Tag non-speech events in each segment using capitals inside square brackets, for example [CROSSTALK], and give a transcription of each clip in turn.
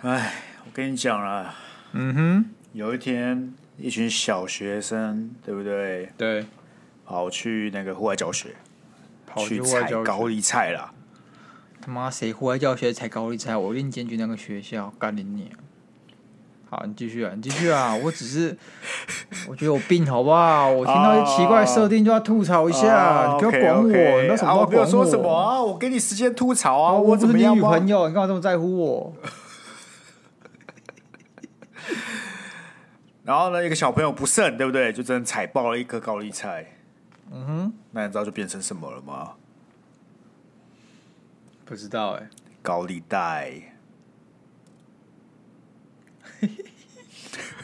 哎，我跟你讲啦，嗯哼，有一天一群小学生，对不对？对，跑去那个户外教学，跑去去户外采教高学，丽菜啦。他妈谁户外教学才高丽菜？我一定检举那个学校，干你你！好，你继续啊，你继续啊！我只是，我觉得有病好不好？我听到一些奇怪的设定就要吐槽一下，啊你不要管我，哦，OK，OK 你到什么啊时候我没有管说什么啊，我给你时间吐槽啊，啊我我怎不是么你样女吗朋友，你干嘛这么在乎我？ [LAUGHS] 然后呢，一个小朋友不慎，对不对？就真的踩爆了一颗高丽菜。嗯哼，那你知道就变成什么了吗？不知道哎、高利贷。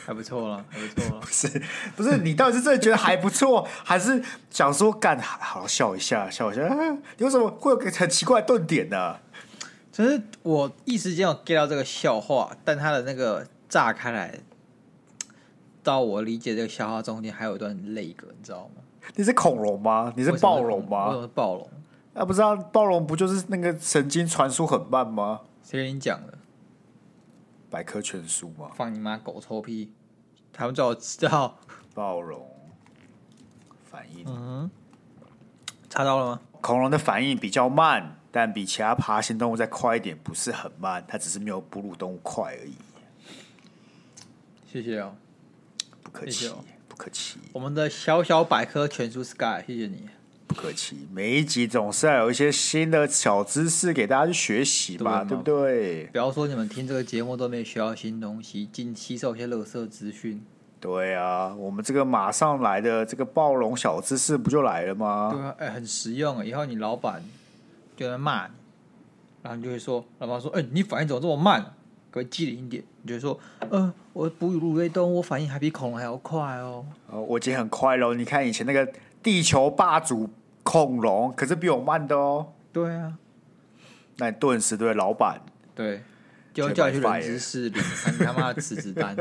还不错了，还不错了。是不是？你到底是真的觉得还不错，还是想说干好好笑一下，笑一下？啊、你为什么会有个很奇怪的顿点啊呢、只是我一时间有 get 到这个笑话，但它的那个炸开来，到我理解这个笑话中间还有一段泪格，你知道吗？你是恐龙吗？你是为什么暴龙为什么吗？是暴龙？啊，不知道暴龙不就是那个神经传输很慢吗？谁跟你讲的？百科全书吗？放你妈狗臭屁！他们叫我知道。暴龙反应，嗯，查到了吗？恐龙的反应比较慢，但比其他爬行动物再快一点，不是很慢，它只是没有哺乳动物快而已。谢谢哦，不客谢气谢哦，不客气。我们的小小百科全书 Sky，谢谢你。不客气，每一集总是要有一些新的小知识给大家去学习嘛，对对嘛啊不对？不要说你们听这个节目都没学到新东西，尽吸收一些垃圾资讯。对啊，我们这个马上来的这个暴龙小知识不就来了对吗？啊，哎、很实用。以后你老板就在骂你，然后你就会说，老板说，哎、你反应怎么这么慢？可不可以机灵一点？你就会说，呃，我哺乳类动物，我反应还比恐龙还要快哦。呃，我已经很快了哦，你看以前那个地球霸主恐龙，可是比我慢的哦。对啊，那你顿时对老板，对，就就叫你去被 fire 人资室领你他妈的辞职单。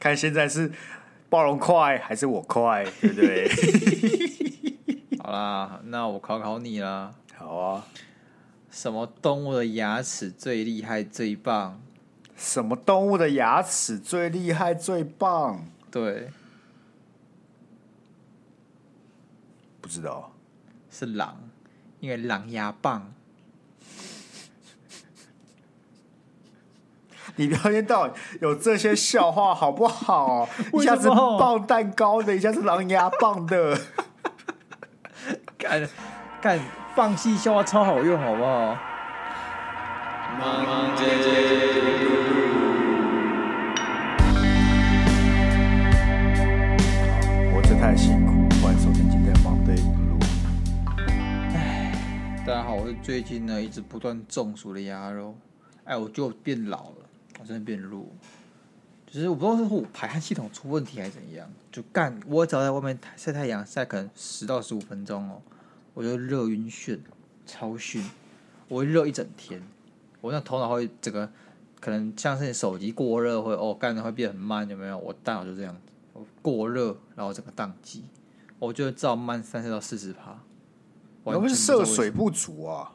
看现在是暴龙快还是我快，对不 [LAUGHS] 对？好啦，那我考考你啦，好啊，什么动物的牙齿最厉害、最棒？什么动物的牙齿最厉害、最棒？对，不知道。是狼，因为狼牙棒。你不要一天到晚有这些笑话好不好？一 [LAUGHS] 为什下么子棒蛋糕的，一下子狼牙棒的，干干放屁笑话超好用，好不好？我这太辛苦。欢迎收听今天的 Monday Blue。大家好，我是最近呢一直不断中暑的鸭肉，哎，我就变老了，我真的变弱，就是我不知道是我排汗系统出问题还是怎样，就干我只要在外面晒太阳晒可能十到十五分钟哦，我就热晕眩，超眩，我会热一整天，我那头脑会整个可能像是你手机过热会哦干的会变很慢，有没有？我大脑就这样子，我过热然后整个宕机，我就会照慢三十到四十趴。你完会不全不是知道涉为什么水不足啊？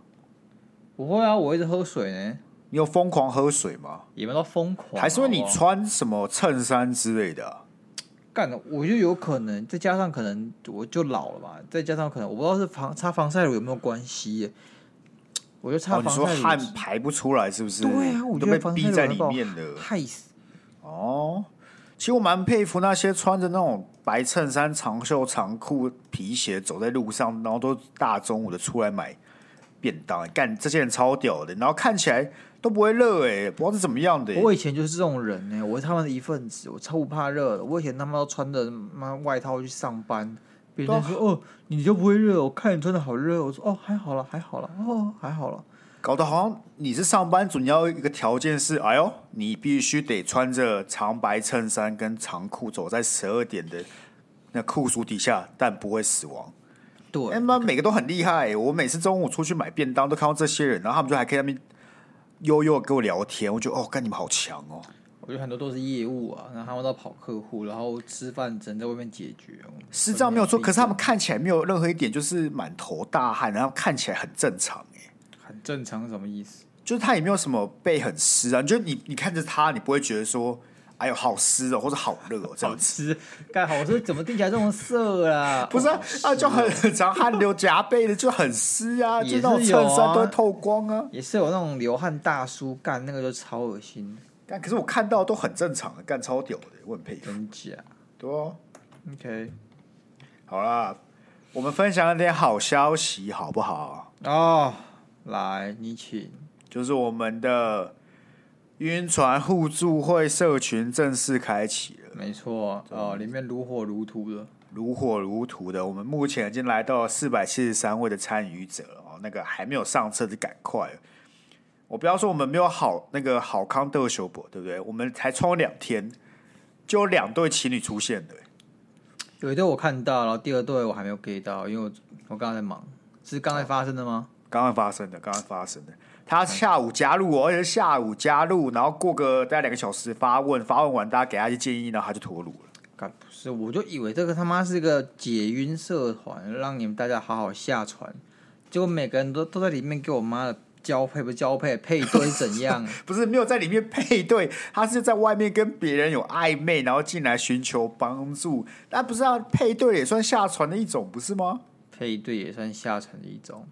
不会啊，我一直喝水呢，你有疯狂喝水吗？也没到疯狂。啊还是因为你好不好穿什么衬衫之类的啊？干的，我就有可能，再加上可能我就老了吧，再加上可能我不知道是防擦防晒乳有没有关系耶，我就哦，擦你防说晒乳。汗排不出来是不是？对啊，我都觉被得防晒逼乳在能里把我面了。害死。哦，其实我蛮佩服那些穿着那种白衬衫、长袖、长裤、皮鞋走在路上，然后都大中午的出来买便当，干这些人超屌的，然后看起来都不会热哎、不知道是怎么样的、欸我以前就是这种人呢，我是他们的一份子，我超不怕热的。我以前他妈都穿着妈外套去上班，别人就说哦你就不会热，我看你穿的好热，我说哦还好了还好了哦还好了，搞得好像你是上班族，你要有一个条件是，哎呦，你必须得穿着长白衬衫跟长裤走在十二点的那酷暑底下，但不会死亡。对，哎妈，每个都很厉害、我每次中午出去买便当，都看到这些人，然后他们就还可以在那边悠悠地跟我聊天，我觉得哦，干你们好强哦。我觉得很多都是业务啊，然后他们到跑客户，然后吃饭只能在外面解决。是这样没有错，可是他们看看起来没有任何一点就是满头大汗，然后看起来很正常、哎，很正常，什么意思？就是它也没有什么背很湿啊，你就你你看着它，你不会觉得说，哎呦好湿哦，或者好热哦这好样子，吃，干好说怎么听起来这么色啦？不是啊哦，啊就很很 [LAUGHS] 常汗流浃背的，就很湿啊，就也是那有啊种衬衫都会透光啊。也是有那种流汗大叔干，那个就超恶心的，但可是我看到都很正常的，干超屌的，我很佩服。真假对哦， ？OK，好啦，我们分享一点好消息好不好？哦，来你请，就是我们的晕船互助会社群正式开启了。没错，哦，里面如火如荼的，如火如荼的，我们目前已经来到四百七十三位的参与者了哦。那个还没有上车的，赶快！我不要说我们没有好那个好康德修博，对不对？我们才冲两天，就有两对情侣出现的，有一对我看到，然后第二对我还没有 get 到，因为我我刚才在忙，是刚才发生的吗？刚刚发生的，刚刚发生的。他下午加入哦我，而且是下午加入，然后过个大概两个小时发问，发问完大家给他一些建议，然后他就脱乳了。干不是，我就以为这个他妈是个解晕社团，让你们大家好好下船，结果每个人都都在里面给我妈的交配不交配配对是 [LAUGHS] 怎样？不是没有在里面配对，他是在外面跟别人有暧昧，然后进来寻求帮助。那不是啊，配对也算下船的一种，不是吗？配对也算下沉的一种，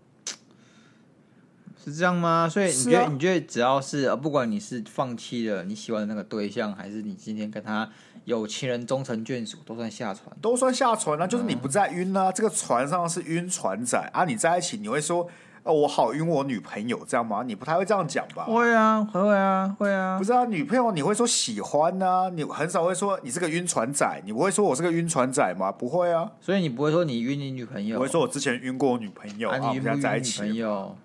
是这样吗？所以你是觉得、啊你觉得只要是呃，不管你是放弃了你喜欢的那个对象，还是你今天跟他有情人终成眷属，都算下船。都算下船啊，就是你不再晕啊，这个船上是晕船仔啊，你在一起你会说，哦，我好晕我女朋友这样吗？你不太会这样讲吧？会啊，会啊，会啊不。是啊，女朋友你会说喜欢呐、你很少会说你是个晕船仔，你不会说我是个晕船仔吗？不会啊，所以你不会说你晕你女朋友，我会说我之前晕过我女朋友啊，我们你晕现不在在晕一女朋起，友？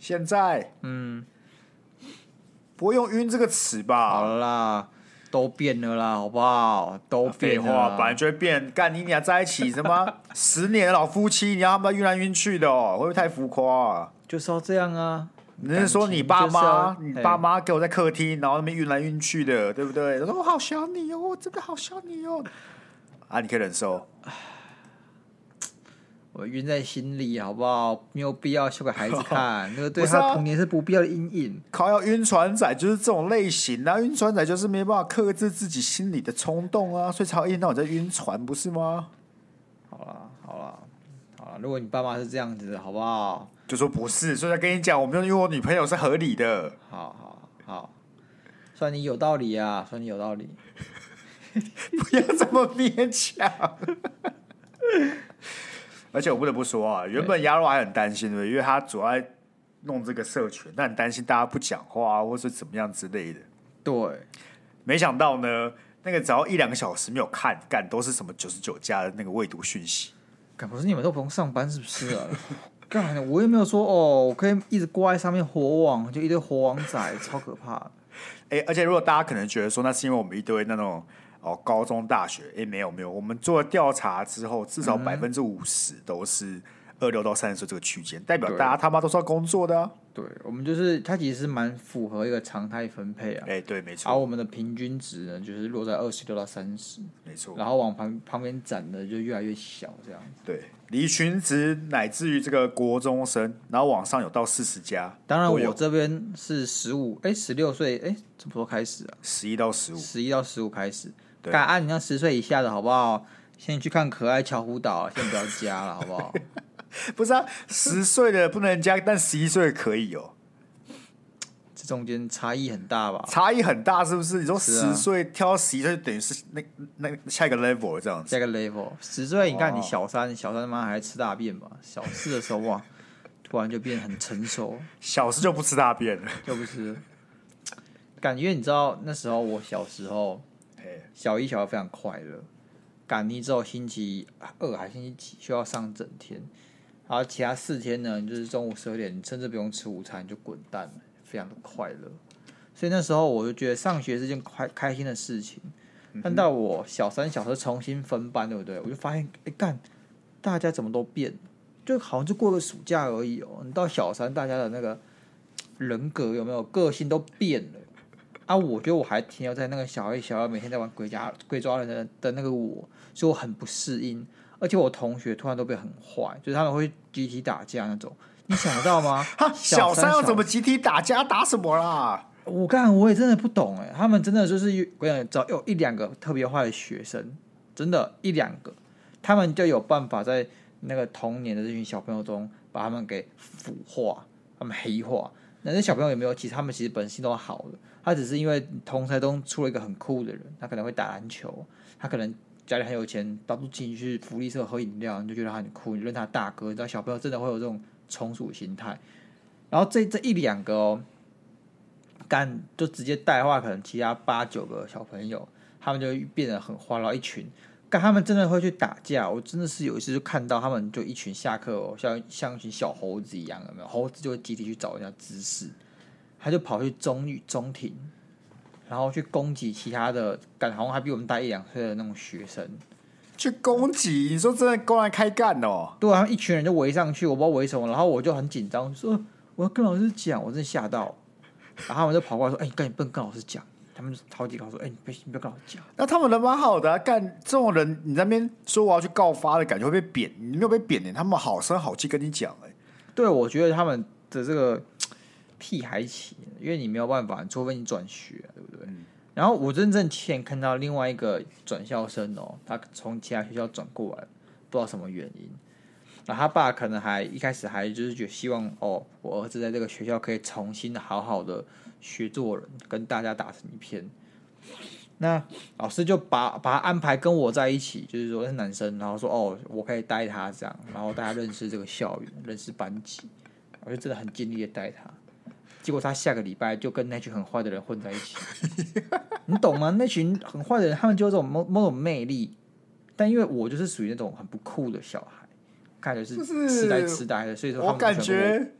现在嗯，不会用晕这个词吧？好了啦，都变了啦，好不好？都废变啊了话，啦。本来就会变。干你俩在一起什 [LAUGHS] 么十年的老夫妻，你让他们晕来晕去的、哦，会不会太浮夸、啊？就是要这样啊。你是说你爸妈感，情你就是要爸妈给我在客厅，然后那边晕来晕去的，对不对？他说我好想你哦，我真的好想你哦。啊，你可以忍受，我晕在心里，好不好？没有必要秀给孩子 [LAUGHS] 看，那个对不是啊他童年是不必要的阴影。靠要晕船仔就是这种类型啊，晕船仔就是没办法克制自己心里的冲动啊，所以才会一天到晚在晕船，不是吗？啊好啦，好啦，好啦，如果你爸妈是这样子的，好不好？就说不是，所以才跟你讲，我没有晕我女朋友是合理的。 [LAUGHS] 好好好，算你有道理啊，算你有道理。不要这么勉强。 [LAUGHS] 而且我不得不说啊，原本鸭肉还很担心的，因为他主要在弄这个社群，那很担心大家不讲话、啊、或是怎么样之类的。对，没想到呢，那个只要一两个小时没有看，干都是什么九十九加的那个未读讯息。可不是你们都不用上班是不是啊？ [LAUGHS] 干，我又没有说哦，我可以一直挂在上面火网，就一堆火网仔，超可怕的。哎、而且如果大家可能觉得说，那是因为我们一堆那种哦高中、大学，哎、没有没有，我们做了调查之后，至嗯少百分之五十都是二六到三十岁这个区间，代表对大家他妈都是要工作的、啊。对我们就是，它其实蛮符合一个常态分配啊。哎、对，没错而、，我们的平均值呢，就是落在二十六到三十，没错。然后往旁旁边展的就越来越小，这样。对，离群值乃至于这个国中生，然后往上有到四十加，当然，都有我这边是十五，哎，十六岁，哎，什么时候开始啊？十一到十五，十一到十五开始。对敢按你那十岁以下的好不好？先去看可爱巧虎岛，啊先不要加了，好不 [LAUGHS] 好？不是啊，十岁的不能加，但十一岁的可以哦，这中间差异很大吧？差异很大，是不是？你说是啊十岁挑十一岁，就等于是那那那下一个 level 了这样子，下个 level，十岁，你看哦你小三，小三他妈还吃大便吧？小四的时候哇，突然就变很成熟，小时就不吃大便了，又不是？ [LAUGHS] 感觉你知道那时候我小时候，嘿小一、小二非常快乐。赶你之后，星期二还星期几需要上整天，然后其他四天呢，就是中午十二点，你甚至不用吃午餐你就滚蛋了，非常的快乐。所以那时候我就觉得上学是件快开心的事情。嗯但到我小三、小四重新分班，对不对？我就发现，哎、干，大家怎么都变了，就好像就过个暑假而已哦。你到小三，大家的那个人格有没有个性都变了。啊，我觉得我还停留在那个小一、小二每天在玩鬼家鬼抓人的的那个我，所以我很不适应。而且我同学突然都变很坏，就是他们会集体打架那种，你想得到吗 [LAUGHS] 哈，？小三三要怎么？集体打架？打什么啊啦？我干，我也真的不懂哎、他们真的就是有，呃我跟你讲，只要有一两个特别坏的学生，真的，一两个，他们就有办法在那个童年的这群小朋友中把他们给腐化，他们黑化。那些小朋友有没有？其实他们其实本性都好的，他只是因为同台中出了一个很酷的人，他可能会打篮球，他可能家里很有钱，到处请你去福利社喝饮料，你就觉得他很酷，你认他大哥。你知道小朋友真的会有这种从属心态。然后这这一两个哦，干就直接带坏，可能其他八九个小朋友，他们就变得很花了一群。干他们真的会去打架，我真的是有一次就看到他们就一群下课哦，像像一群小猴子一样，有没有？猴子就会集体去找人家滋事，他就跑去中女中庭，然后去攻击其他的，干好像还比我们大一两岁的那种学生。去攻击？你说真的公然开干哦？对啊，一群人就围上去，我不知道围什么，然后我就很紧张，说呃我要跟老师讲，我真的吓到，然后他们就跑过来说：“哎、你赶紧不能跟老师讲。”他们就好几个说：“哎、你不行，你不要跟老师讲。那他们人蛮好的、啊，干这种人，你在那边说我要去告发的感觉会被贬，你没有被贬的，他们好声好气跟你讲、欸，”对，我觉得他们的这个屁还起，因为你没有办法，除非你转学，啊对不对？然后我真正亲眼看到另外一个转校生哦，他从其他学校转过来，不知道什么原因。然后他爸可能还一开始还就是觉得希望哦，我儿子在这个学校可以重新好好的学做人，跟大家打成一片。那老师就把把他安排跟我在一起，就是说是男生，然后说哦，我可以带他这样，然后带他认识这个校园，认识班级，我就真的很尽力的带他。结果他下个礼拜就跟那群很坏的人混 [LAUGHS] 在一起，你懂吗？那群很坏的人，他们就有这种某某种魅力，但因为我就是属于那种很不酷的小孩，看起来就是是痴呆痴呆的，所以说他我们就感全部觉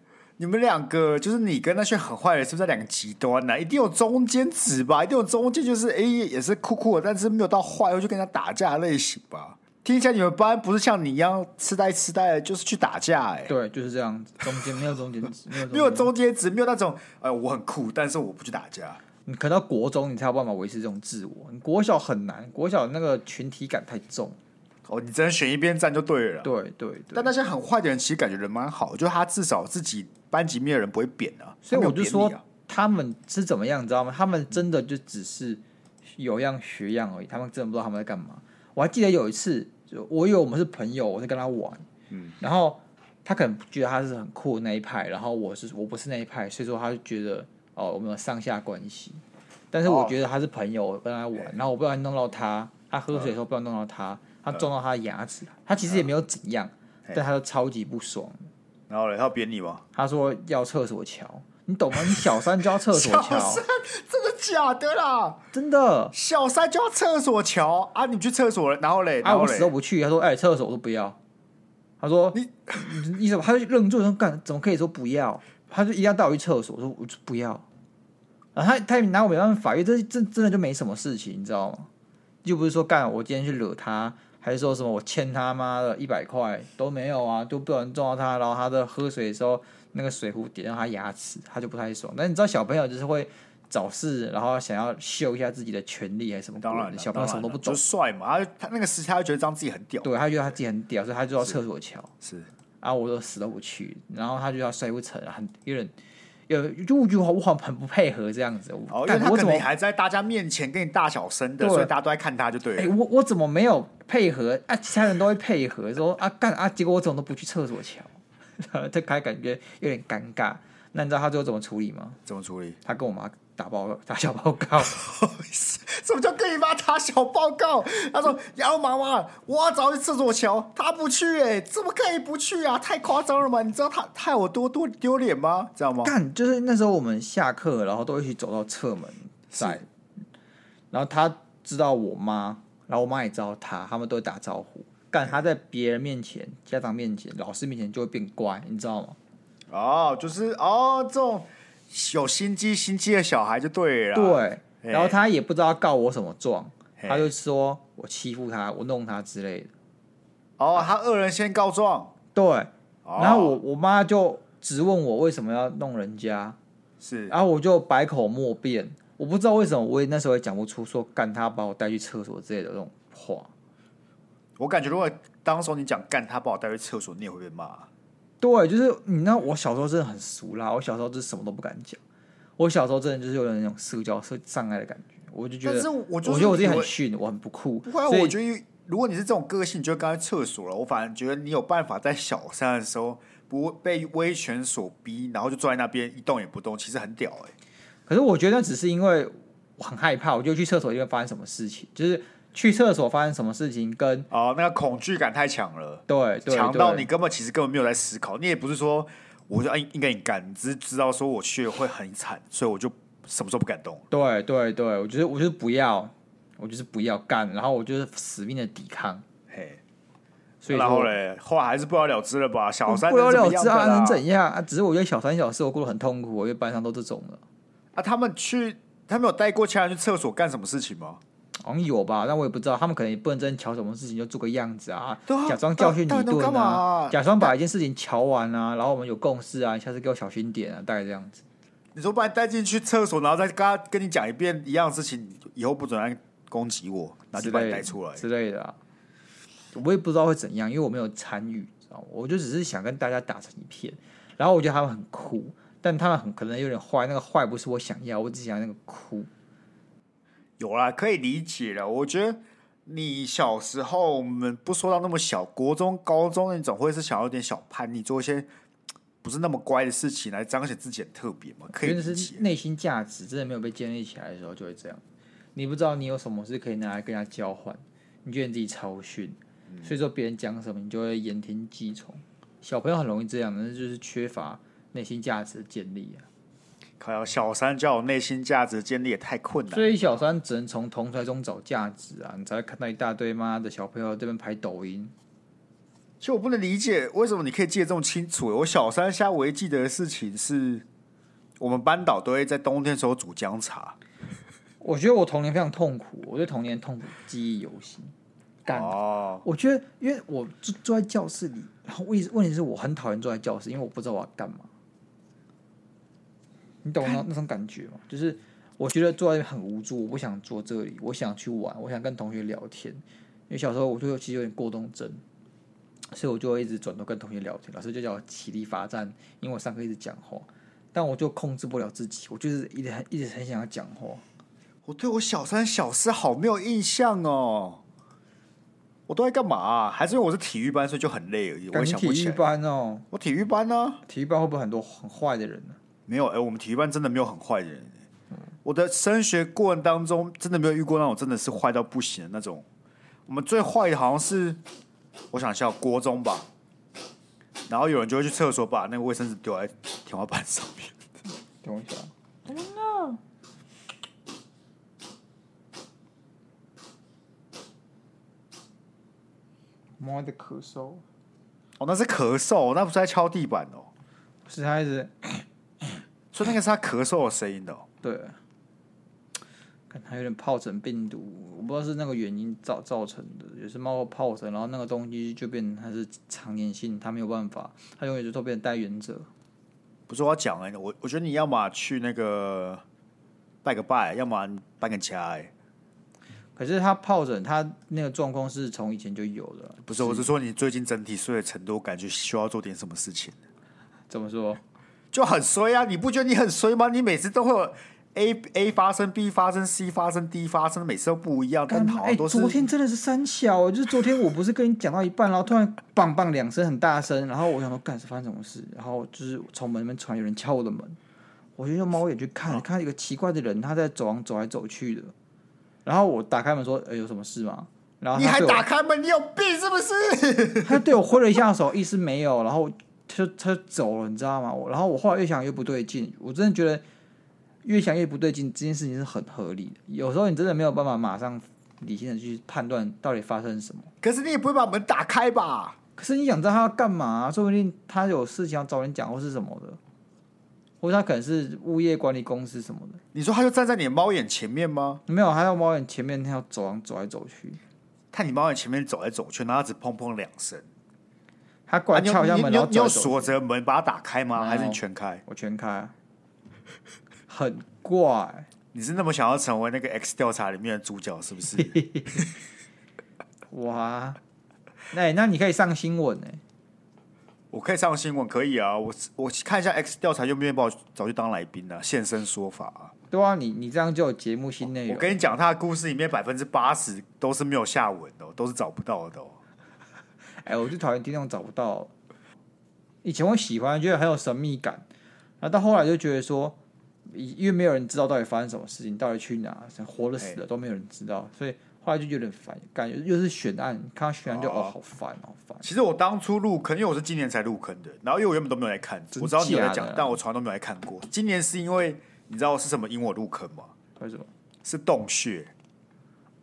你们两个就是你跟那些很坏的，是不是在两个极端啊呢、一定有中间值吧？一定有中间，就是哎、也是酷酷的，但是没有到坏，会去跟人家打架的类型吧？听起来你们班不是像你一样痴呆痴呆的，就是去打架、欸，对，就是这样子，中间没有中间值，没有没有中中间值。间值，没有那种呃我很酷，但是我不去打架。你可能到国中你才有办法维持这种自我，你国小很难，国小那个群体感太重。哦，你只能选一边站就对了啦。对对对但，那些很坏的人，其实感觉人蛮好，就他至少自己班级里面的人不会贬啊。所他以没有我就贬说你啊他们是怎么样，你知道吗？他们真的就只是有样学样而已，他们真的不知道他们在干嘛。我还记得有一次，就我以为我们是朋友，我在跟他玩，嗯，然后他可能觉得他是很酷的那一派，然后我是我不是那一派，所以说他就觉得哦，我们有上下关系。但是我哦觉得他是朋友，我跟他玩，然后我不小心弄到他，他喝水的时候不小心弄到他，他撞到他的牙齿，他其实也没有怎样，但他就超级不爽。然后嘞，他有贬你吗？他说要厕所桥，你懂吗？你小三就要厕所桥，三，真的假的啦？真的。小三就要厕所桥啊！你去厕所了，然后嘞，啊，然后我死都嘞，不去。他说，哎、厕所我都不要。他说，你你怎么？他就愣住，说干，怎么可以说不要？他就一定要带我去厕所。我说，我就不要。然后他他也拿我没办法，因为这这真的就没什么事情，你知道吗？又不是说干我今天去惹他，还是说什么我欠他妈的一百块都没有啊，就不小心撞到他，然后他在喝水的时候那个水壶点到他牙齿，他就不太爽。但你知道小朋友就是会找事，然后想要秀一下自己的权利还是什么鬼当然的，啦小朋友什么都不当然啦懂就，帅嘛。他他那个时期，他就觉得这样自己很屌，对他觉得他自己很屌，所以他就到厕所瞧。是啊，我都死都不去，然后他就要摔不成，啊很有点有就我觉得我好像很不配合这样子，哦，我因为干他我可怎么能还在大家面前跟你大小声的，对所以大家都在看他就对哎、了。我我怎么没有配合啊？其他人都会配合，说啊干啊，结果我怎么都不去厕所瞧， [LAUGHS] 他还感觉有点尴尬。那你知道他最后怎么处理吗？怎么处理？他跟我妈打报打小报告， [LAUGHS] 什么叫跟你妈打小报告？他说：“然后妈妈，我要找去厕所瞧，他不去、哎，怎么可以不去啊？太夸张了嘛！你知道他害我多多丢脸吗？知道吗？ [LAUGHS] 干就是那时候我们下课，然后都一起走到侧门在，然后他知道我妈，然后我妈也知道他，他们都会打招呼。干他在别人面前、家长面前、老师面前就会变乖，你知道吗？哦，就是哦，这种有心机、心机的小孩就对了。，对，哎然后他也不知道告我什么状，嘿他就说我欺负他，我弄他之类的。哦，他恶人先告状。对，哦、然后我我妈就质问我为什么要弄人家，是然后我就百口莫辩，我不知道为什么，我也那时候也讲不出说干他把我带去厕所之类的那种话。我感觉，如果当时候你讲干他把我带去厕所，你也会被骂。对，就是你知道，我小时候真的很俗啦，我小时候就是什么都不敢讲，我小时候真的就是有点那种社交社障碍的感觉，我就觉但是得，我就觉是得我自己以很为逊，我很不酷，不会啊，所以我觉得如果你是这种个性，你就刚才厕所了。我反而觉得你有办法在小三的时候不被威权所逼，然后就坐在那边一动也不动，其实很屌哎、可是我觉得只是因为我很害怕，我就去厕所，因为发生什么事情，就是去厕所发生什么事情跟哦，那个恐惧感太强了，对对强到你对，根本其实根本没有在思考，你也不是说我就应应该你干，你只是知道说我去了会很惨，所以我就什么时候不敢动。对对对，我觉得我就是不要，我就是不要干，然后我就是死命的抵抗，嘿，所以然后说。嘞，后来还是不了了之了吧？小三不了能怎了么样之的啊，啦能怎样啊？只是我觉得小三小四我过得很痛苦，因为班上都这种的，啊？他们去，他们有带过其他人去厕所干什么事情吗？好像有吧，但我也不知道，他们可能也不能真瞧什么事情，就做个样子啊，对啊假装教训你到一底都干顿嘛啊啊，假装把一件事情瞧完啊，然后我们有共识啊，你下次给我小心点啊，大概这样子。你说把你带进去厕所，然后再跟他跟你讲一遍一样的事情，以后不准来攻击我，然后之就把类你带出来。之类的、啊。我也不知道会怎样，因为我没有参与，知道吗？我就只是想跟大家打成一片。然后我觉得他们很酷，但他们很可能有点坏，那个坏不是我想要，我只想要那个酷。有啦，可以理解了。我觉得你小时候，我们不说到那么小，国中、高中，你总会是想要有点小叛逆，做一些嘖不是那么乖的事情来彰显自己很特别嘛，可以真的理是解。内心价值真的没有被建立起来的时候，就会这样。你不知道你有什么是可以拿来跟人家交换，你觉得你自己超逊，嗯所以说别人讲什么你就会言听计从。小朋友很容易这样，但是就是缺乏内心价值的建立啊。靠呀，小三叫我内心价值建立也太困难了。所以小三只能从同才中找价值啊，你才会看到一大堆妈的小朋友这边拍抖音。其实我不能理解为什么你可以记得这么清楚。我小三下唯一记得的事情是，我们班导都会在冬天的时候煮姜茶。我觉得我童年非常痛苦，我对童年痛苦记忆犹新。干，哦，我觉得因为我坐坐在教室里，然后问问题是我很讨厌坐在教室，因为我不知道我要干嘛。你懂那那种感觉吗？就是我觉得坐在那边很无助，我不想坐这里，我想去玩，我想跟同学聊天。因为小时候我就其实有点过动症，所以我就会一直转头跟同学聊天，老师就叫我起立罚站，因为我上课一直讲话，但我就控制不了自己，我就是一直很一直很想要讲话。我对我小三小四好没有印象哦。我都在干嘛啊、还是因为我是体育班，所以就很累而已。我感也觉想体不起育来。班哦，我体育班呢、体育班会不会很多很坏的人呢、没有，哎、我们体育班真的没有很坏的人。我的升学过程当中，真的没有遇过那种真的是坏到不行的那种。我们最坏的好像是，我想一下，国中吧。然后有人就会去厕所把那个卫生纸丢在天花板上面。等我一下。妈的咳嗽，哦，那是咳嗽，那不是在敲地板哦，不是他一直所以那个是他咳嗽的声音的、哦。对，看他有点疱疹病毒，我不知道是那个原因造造成的，也是冒疱疹，然后那个东西就变成它是常年性，它没有办法，它永远就都变成带原者。不是我要讲哎、我我觉得你要么去那个拜个拜，要么你搬个家哎、可是他疱疹，他那个状况是从以前就有的，不是，我是说你最近整体衰的程度，感觉需要做点什么事情，怎么说？就很衰啊！你不觉得你很衰吗？你每次都会有 A A 发生，B 发生，C 发生，D 发生，每次都不一样，但干好哎、像都是、昨天真的是三小，就是昨天我不是跟你讲到一半，然后突然棒棒两声很大声，然后我想说干是发生什么事，然后就是从门里面传有人敲我的门，我就用猫眼去看，哦看到一个奇怪的人他在走廊走来走去的，然后我打开门说、哎，有什么事吗？然后你他还对我打开门，你有病是不是？他对我挥了一下手，意思没有，然后他就他就走了，你知道吗？我然后我后来越想越不对劲，我真的觉得越想越不对劲，这件事情是很合理的。有时候你真的没有办法马上理性的去判断到底发生什么，可是你也不会把门打开吧？可是你想知道他要干嘛、啊说不定他有事情要找你讲，或是什么的，或者他可能是物业管理公司什么的。你说他就站在你的猫眼前面吗？没有，他在猫眼前面那条走廊走来走去，看你猫眼前面走来走去，然后只砰砰两声。他过啊来你有敲一下你门，你然有后你走有来走去锁着门把它打开吗？还是没有你全开？我全开啊，很怪。你是那么想要成为那个 X 调查里面的主角，是不 [LAUGHS] 是？欸哇，那、那你可以上新闻呢、我可以上新闻，可以啊。我我看一下 X 调查愿不愿意把我找去当来宾啊，现身说法啊。对啊，你你这样就有节目新内我容。跟你讲，他的故事里面百分之八十都是没有下文的哦、都是找不到的、哦。哎、我就讨厌听那种找不到。以前我喜欢，觉得很有神秘感，然后到后来就觉得说，以因为没有人知道到底发生什么事情，到底去哪，活了死了都没有人知道，所以后来就有点烦，感觉又是悬案，看到悬案就哦哦好烦，好烦。其实我当初入坑，因为我是今年才入坑的，然后因为我原本都没有来看，真我知道你有在假讲的啊，但我从来都没有来看过。今年是因为你知道是什么引我入坑吗？为什么？是洞穴。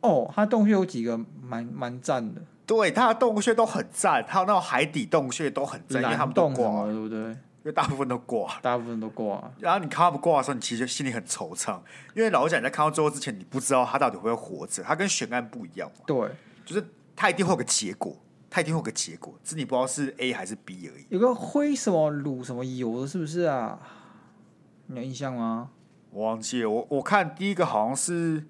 哦，它洞穴有几个蛮蛮赞的，对，它的洞穴都很赞，还有那种海底洞穴都很赞，因为他蓝们都洞什挂么了，的，对不对？因为大部分都挂了。大部分都挂了。然后你看他们挂的时候，你其实就心里很惆怅，因为老实讲，你在看到最后之前，你不知道他到底会不会活着，他跟悬案不一样嘛，对，就是他一定会有个结果，他一定会有个结果，只是你不知道是 A 还是 B 而已。有个灰什么卤什么油的，是不是啊？你有印象吗？我忘记了，我我看第一个好像是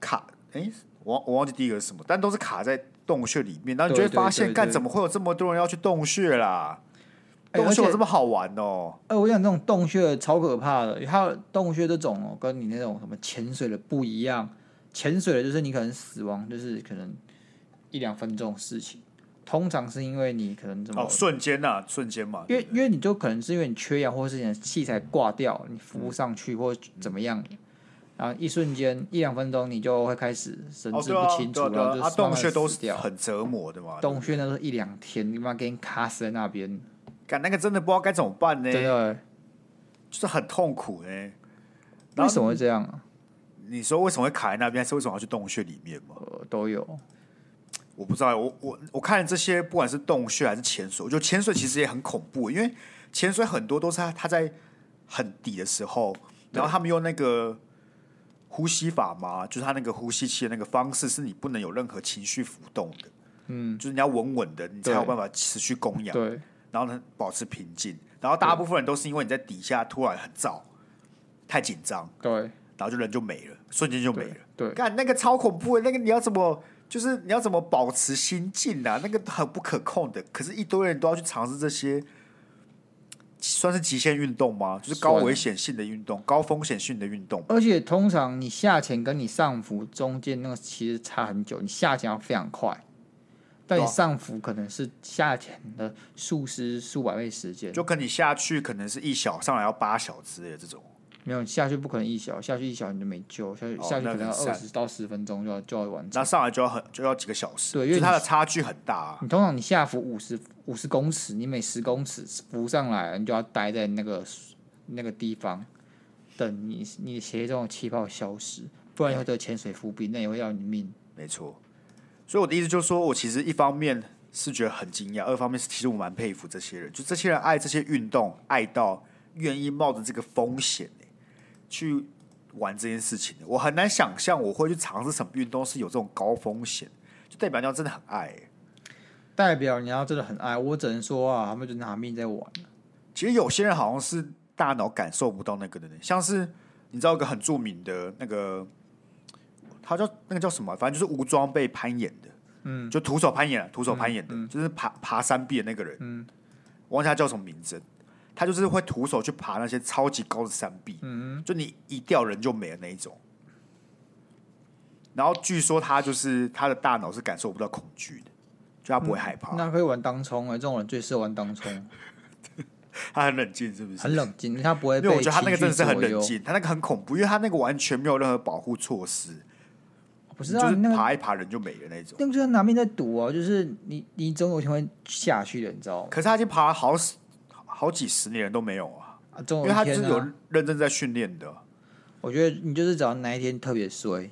卡，诶，我忘我忘记第一个是什么，但都是卡在洞穴里面，然后你就会对对发对现，干对怎么会有这么多人要去洞穴啦？哎洞而穴有且这么好玩哦？哎、我想这种洞穴超可怕的，它有洞穴这种哦，跟你那种什么潜水的不一样。潜水的就是你可能死亡，就是可能一两分钟的事情，通常是因为你可能怎么，哦，瞬间呐、瞬间嘛，嗯因为因为你就可能是因为你缺氧，或是你的器材挂掉，你浮不上去或怎么样，然后一瞬间一两分钟你就会开始神哦，志对不啊，清对啊，楚，对然啊，后就啊，慢慢洞穴都死是掉。很折磨的嘛。洞穴那都是一两天，你妈给你卡死在那边，干那个真的不知道该怎么办呢，真的。就是很痛苦呢。然为后什么会这样啊？你说为什么会卡在那边？还是为什么要去洞穴里面吗？呃，都有。我不知道，我我我看这些不管是洞穴还是潜水，我觉得潜水其实也很恐怖，因为潜水很多都是他他在很底的时候，然后他们用那个呼吸法嘛，就是他那个呼吸器的那个方式，是你不能有任何情绪浮动的，嗯，就是你要稳稳的，你才对有办法持续供氧。对，然后呢保持平静。然后大部分人都是因为你在底下突然很燥，太紧张，对，然后就人就没了，瞬间就没对了。，对，干那个超恐怖的，那个你要怎么就是你要怎么保持心境啊？那个很不可控的。可是，一堆人都要去尝试这些，算是极限运动吗？就是高算危险性的运动，高风险性的运动。而且通常你下潜跟你上浮中间那个其实差很久，你下潜要非常快，但你对啊上浮可能是下潜的数十数百倍时间，就跟你下去可能是一小，上来要八小之类的这种。没有你下去不可能一小，下去一小你就没救，下去、哦下去那可能要很二散十到十分钟就要就要完那成。上来就要很就要几个小时，对因就为是它你的差距很大、啊。你通常你下浮五十五十公尺，你每十公尺浮上来，你就要待在那个那个地方，等你你血液中的气泡消失，不然以后得潜水浮冰，那也会要你命。没错，所以我的意思就是说，我其实一方面是觉得很惊讶，二方面是其实我蛮佩服这些人，就这些人爱这些运动，爱到愿意冒着这个风险、欸、去玩这件事情的。我很难想象我会去尝试什么运动是有这种高风险，就代表你要真的很爱、欸。代表你要真的很爱我，只能说啊，他们就拿命在玩。其实有些人好像是大脑感受不到那个的呢，像是你知道有个很著名的那个，他叫那个叫什么，啊反正就是无装备攀岩的，嗯，就徒手攀岩啊，徒手攀岩的，就是爬爬山壁的那个人，嗯，忘记他叫什么名字，他就是会徒手去爬那些超级高的山壁，嗯，就你一掉人就没了那一种。然后据说他就是他的大脑是感受不到恐惧的，就他不会害怕，那可以玩当冲哎、这种人最适合玩 [LAUGHS] 当冲，他很冷静，是不是？很冷静，他不会因呃被为我觉得他那个情真的绪是很左冷右。静，他那个很恐怖，因为他那个完全没有任何保护措施，不你是就啊，是那个爬一爬人就没了那种。那个就是拿命在赌啊，就是你你总有一天会下去的，你知道吗？可是他已经爬了好十好几十年都没有啊，啊，总因有为一天、啊、他就是有认真在训练的。我觉得你就是只要哪一天特别衰，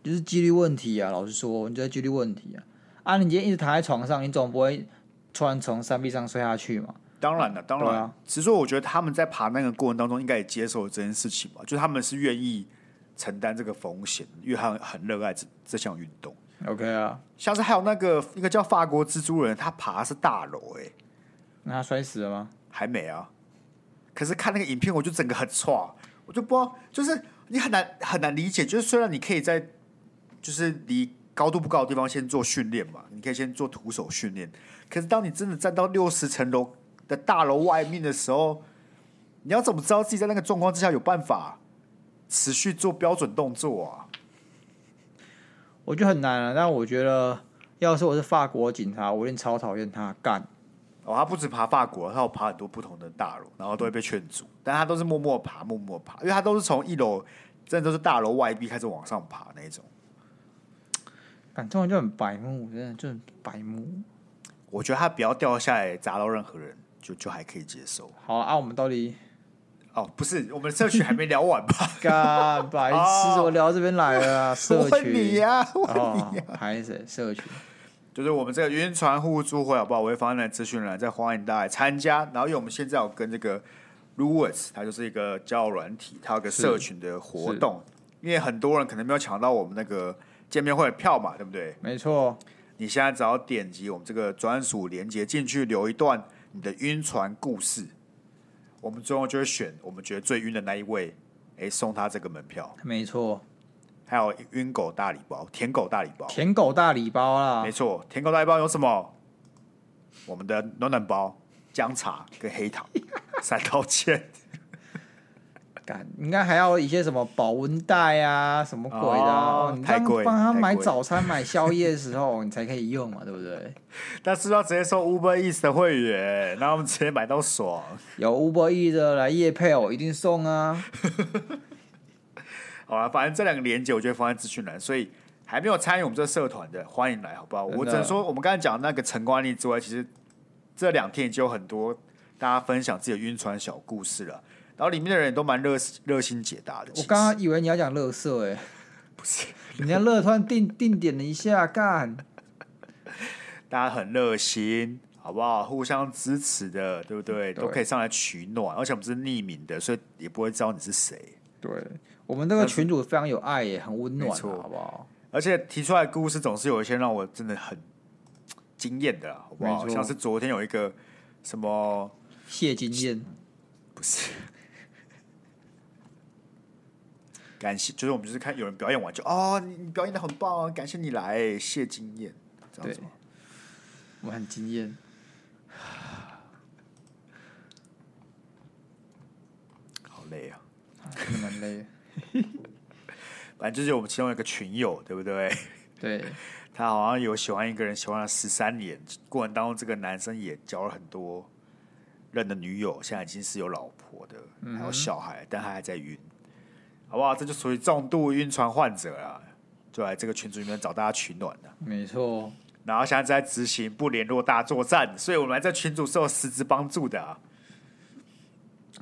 就是几率问题啊。老实说，你就是几率问题啊。啊，你今天一直躺在床上，你总不会突然从山壁上摔下去嘛？当然了，当对然，啊只是说我觉得他们在爬那个过程当中，应该也接受了这件事情吧，就是他们是愿意承担这个风险，因为他们很热爱这这项运动。 OK 啊，像是还有那个一个叫法国蜘蛛人，他爬的是大楼、欸，那他摔死了吗？还没啊。可是看那个影片，我就整个很错，啊我就不知道，就是你很难很难理解。就是虽然你可以在，就是离高度不高的地方先做训练嘛，你可以先做徒手训练。可是当你真的站到六十层楼的大楼外面的时候，你要怎么知道自己在那个状况之下有办法持续做标准动作啊？我觉得很难了、啊但我觉得要是我是法国警察，我一定超讨厌他干。哦，他不止爬法国，他有爬很多不同的大楼，然后都会被劝阻，但他都是默默爬，默默爬，因为他都是从一楼，真的都是大楼外壁开始往上爬那一种。干这种人就很白目，真的就很白目。我觉得他不要掉下来砸到任何人，就就还可以接受。好啊，我们到底哦，不是，我们社区还没聊完吧？干白痴，怎么聊到这边来了啊、 [LAUGHS] [LAUGHS] 社我啊问群，你呀、 [LAUGHS] 哦，还是社群？就是我们这个晕船互助会好不好？我会放在资讯栏，再欢迎大家来参加。然后因为我们现在有跟这个 Rules，它就是一个交友软体，它有个社群的活动。因为很多人可能没有抢到我们那个见面会的票嘛，对不对？没错，你现在只要点击我们这个专属连接进去，留一段你的晕船故事，我们最后就会选我们觉得最晕的那一位，哎，送他这个门票。没错，还有晕狗大礼包、舔狗大礼包，舔狗大礼包啦没，错，舔狗大礼包有什么？我们的暖暖包、姜茶跟黑糖三道芡。干应该还要一些什么保温袋啊，什么鬼的、哦啊哦你这太样贵帮他太买贵早餐、买宵夜的时候，你才可以用嘛，对 [LAUGHS] 不对？但是要直接收 Uber Eats 的会员，然后我们直接买到爽。有 Uber E 的来夜配，我一定送 [LAUGHS] 啊。好啊了，反正这两个连接我就会放在资讯栏，所以还没有参与我们这个社团的，欢迎来，好不好？真的我只能说，我们刚才讲的那个成功案例之外，其实这两天已经有很多大家分享自己的晕船小故事了，然后里面的人也都蛮热热心解答的。我其实刚刚以为你要讲乐色哎、不是。人家乐突然定定点了一下，干大家很热心，好不好？互相支持的，对不对？对都可以上来取暖，而且我们是匿名的，所以也不会知道你是谁。对我们这个群主非常有爱耶，很温暖、没啊，错好不好？而且提出来的故事总是有一些让我真的很惊艳的啦，好不好？没错像是昨天有一个什么，谢金燕，不是。 [LAUGHS] 感谢，就是我们就是看有人表演完就哦，你你表演的很棒啊，感谢你来，谢经验，这样对子吗？，我很惊艳。好累啊，真的蛮累的。反正就是我们其中有一个群友，对不对？ [LAUGHS] 对，他好像有喜欢一个人，喜欢了十三年，过程当中这个男生也交了很多任的女友，现在已经是有老婆的，还有小孩，但他还在晕，好不好？这就属于重度晕船患者啦，就来这个群组里面找大家取暖的。没错，然后现在在执行不联络大作战，所以我们来这群组是有实质帮助的啊。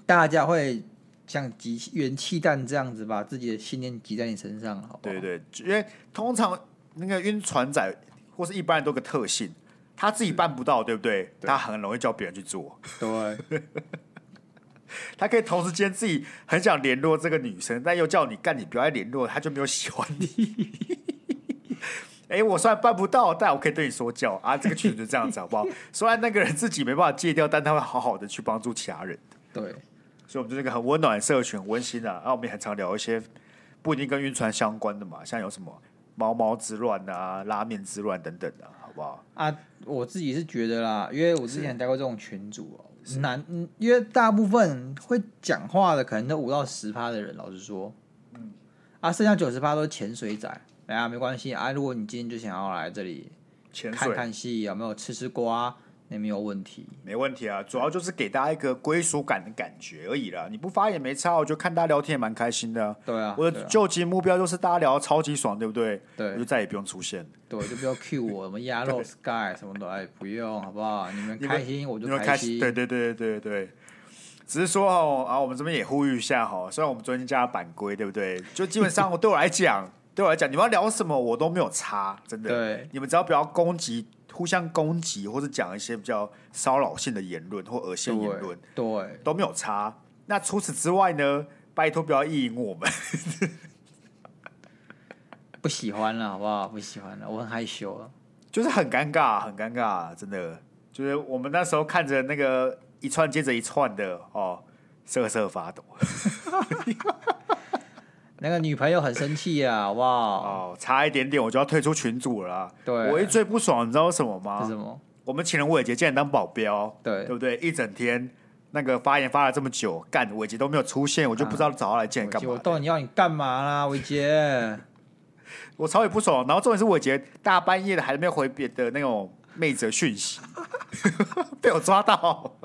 大家会像集元气弹这样子，把自己的信念集在你身上，好不好？对 [LAUGHS] 对，因为通常那个晕船仔或是一般人都有个特性，他自己办不到，对不对？他很容易叫别人去做。对他可以同时间自己很想联络这个女生，但又叫你干，你不要再联络，他就没有喜欢你。 [LAUGHS] 哎、我虽然办不到，但我可以对你说教啊。这个群就这样子，好不好？虽然那个人自己没办法戒掉，但他会好好的去帮助其他人。对，所以，我们就是一个很温暖的社群，很温馨的、啊。然后我们也很常聊一些不一定跟晕船相关的嘛，像有什么猫猫之乱啊、拉面之乱等等的、好不好？啊，我自己是觉得啦，因为我之前待过这种群组哦、难，嗯因为大部分会讲话的可能都五到十趴的人，老实说，嗯，啊，剩下九十趴都是潜水仔，哎呀，没关系啊，如果你今天就想要来这里潜看水看戏，有没有吃吃瓜，那没有问题，没问题啊，主要就是给大家一个归属感的感觉而已啦。你不发也没差，我就看大家聊天也蛮开心的啊、对啊，我对的啊救急目标就是大家聊得超级爽，对不对？我就对再也不用出现，对，就不要 cue 我什么鸭肉 sky 什么的，哎，不用，好不好？你们开心我就因为开始对对对对对对。只是说哦，啊，我们这边也呼吁一下哈，虽然我们最近加了版规，对不对？就基本上我对我来讲， [LAUGHS] 对我来讲，你们要聊什么我都没有差，真的。对你们只要不要攻击，互相攻击，或是讲一些比较骚扰性的言论或恶心言论对，对，都没有差。那除此之外呢？拜托不要意淫我们。 [LAUGHS] 不喜欢了，好不好？不喜欢了，我很害羞了。就是很尴尬，很尴尬，真的。就是我们那时候看着那个一串接着一串的哦，瑟瑟发抖。那个女朋友很生气啊，好不好？哦，差一点点我就要退出群组了啦。对我一最不爽，你知道是什么是什吗？么？我们请了伟杰竟然当保镖，对对不对？一整天那个发言发了这么久，干伟杰都没有出现，我就不知道找他来见伟干杰，嘛啊我的。到底要你干嘛啦，伟杰？我超级不爽。然后重点是伟杰大半夜的还没回别的那种妹子的讯 [LAUGHS] 息， [LAUGHS] 被我抓到。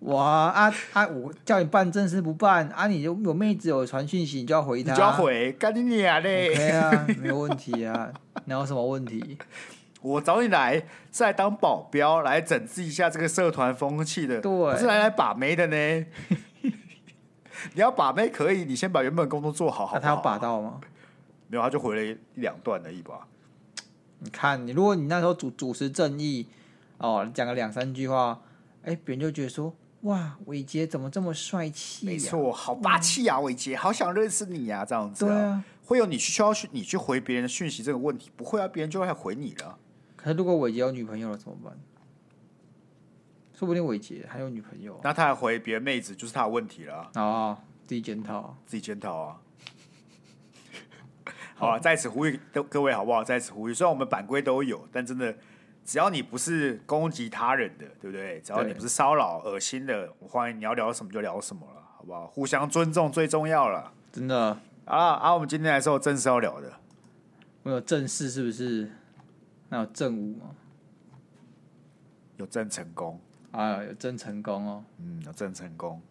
哇啊啊！我叫你办正事不办啊！你有有妹子有传讯息，你就要回你她，就要回，干你娘嘞！ OK 啊，没有问题啊，哪有什么问题？我找你来是来当保镖，来整治一下这个社团风气的，对不是来来把妹的呢。 [LAUGHS] 你要把妹可以，你先把原本的工作做 [LAUGHS] 好，好那、不好他要把到吗？没有，他就回了一两段而已吧。你看，你如果你那时候主主持正义，哦，讲个两三句话，哎，别人就觉得说，哇，伟杰怎么这么帅气、呀？没，错，好霸气啊，伟杰，好想认识你呀、啊，这样子、对啊。会有你需要去你去回别人的讯息这个问题，不会啊，别人就会来回你了。可是如果伟杰有女朋友了怎么办？说不定伟杰还有女朋友那他还回别人妹子，就是他的问题了啊，啊、哦，自己检讨。自己检讨啊。 [LAUGHS] 好啊，在此呼吁各各位好不好？在此呼吁，虽然我们版规都有，但真的，只要你不是攻击他人的，对不对？只要你对不是骚扰、恶心的，我欢迎你要聊什么就聊什么了，好不好？互相尊重最重要了。真的啊啊！我们今天来说正式要聊的，没有正事是不是？那有正午吗？有郑成功，啊，有真成功哦。嗯，有郑成功，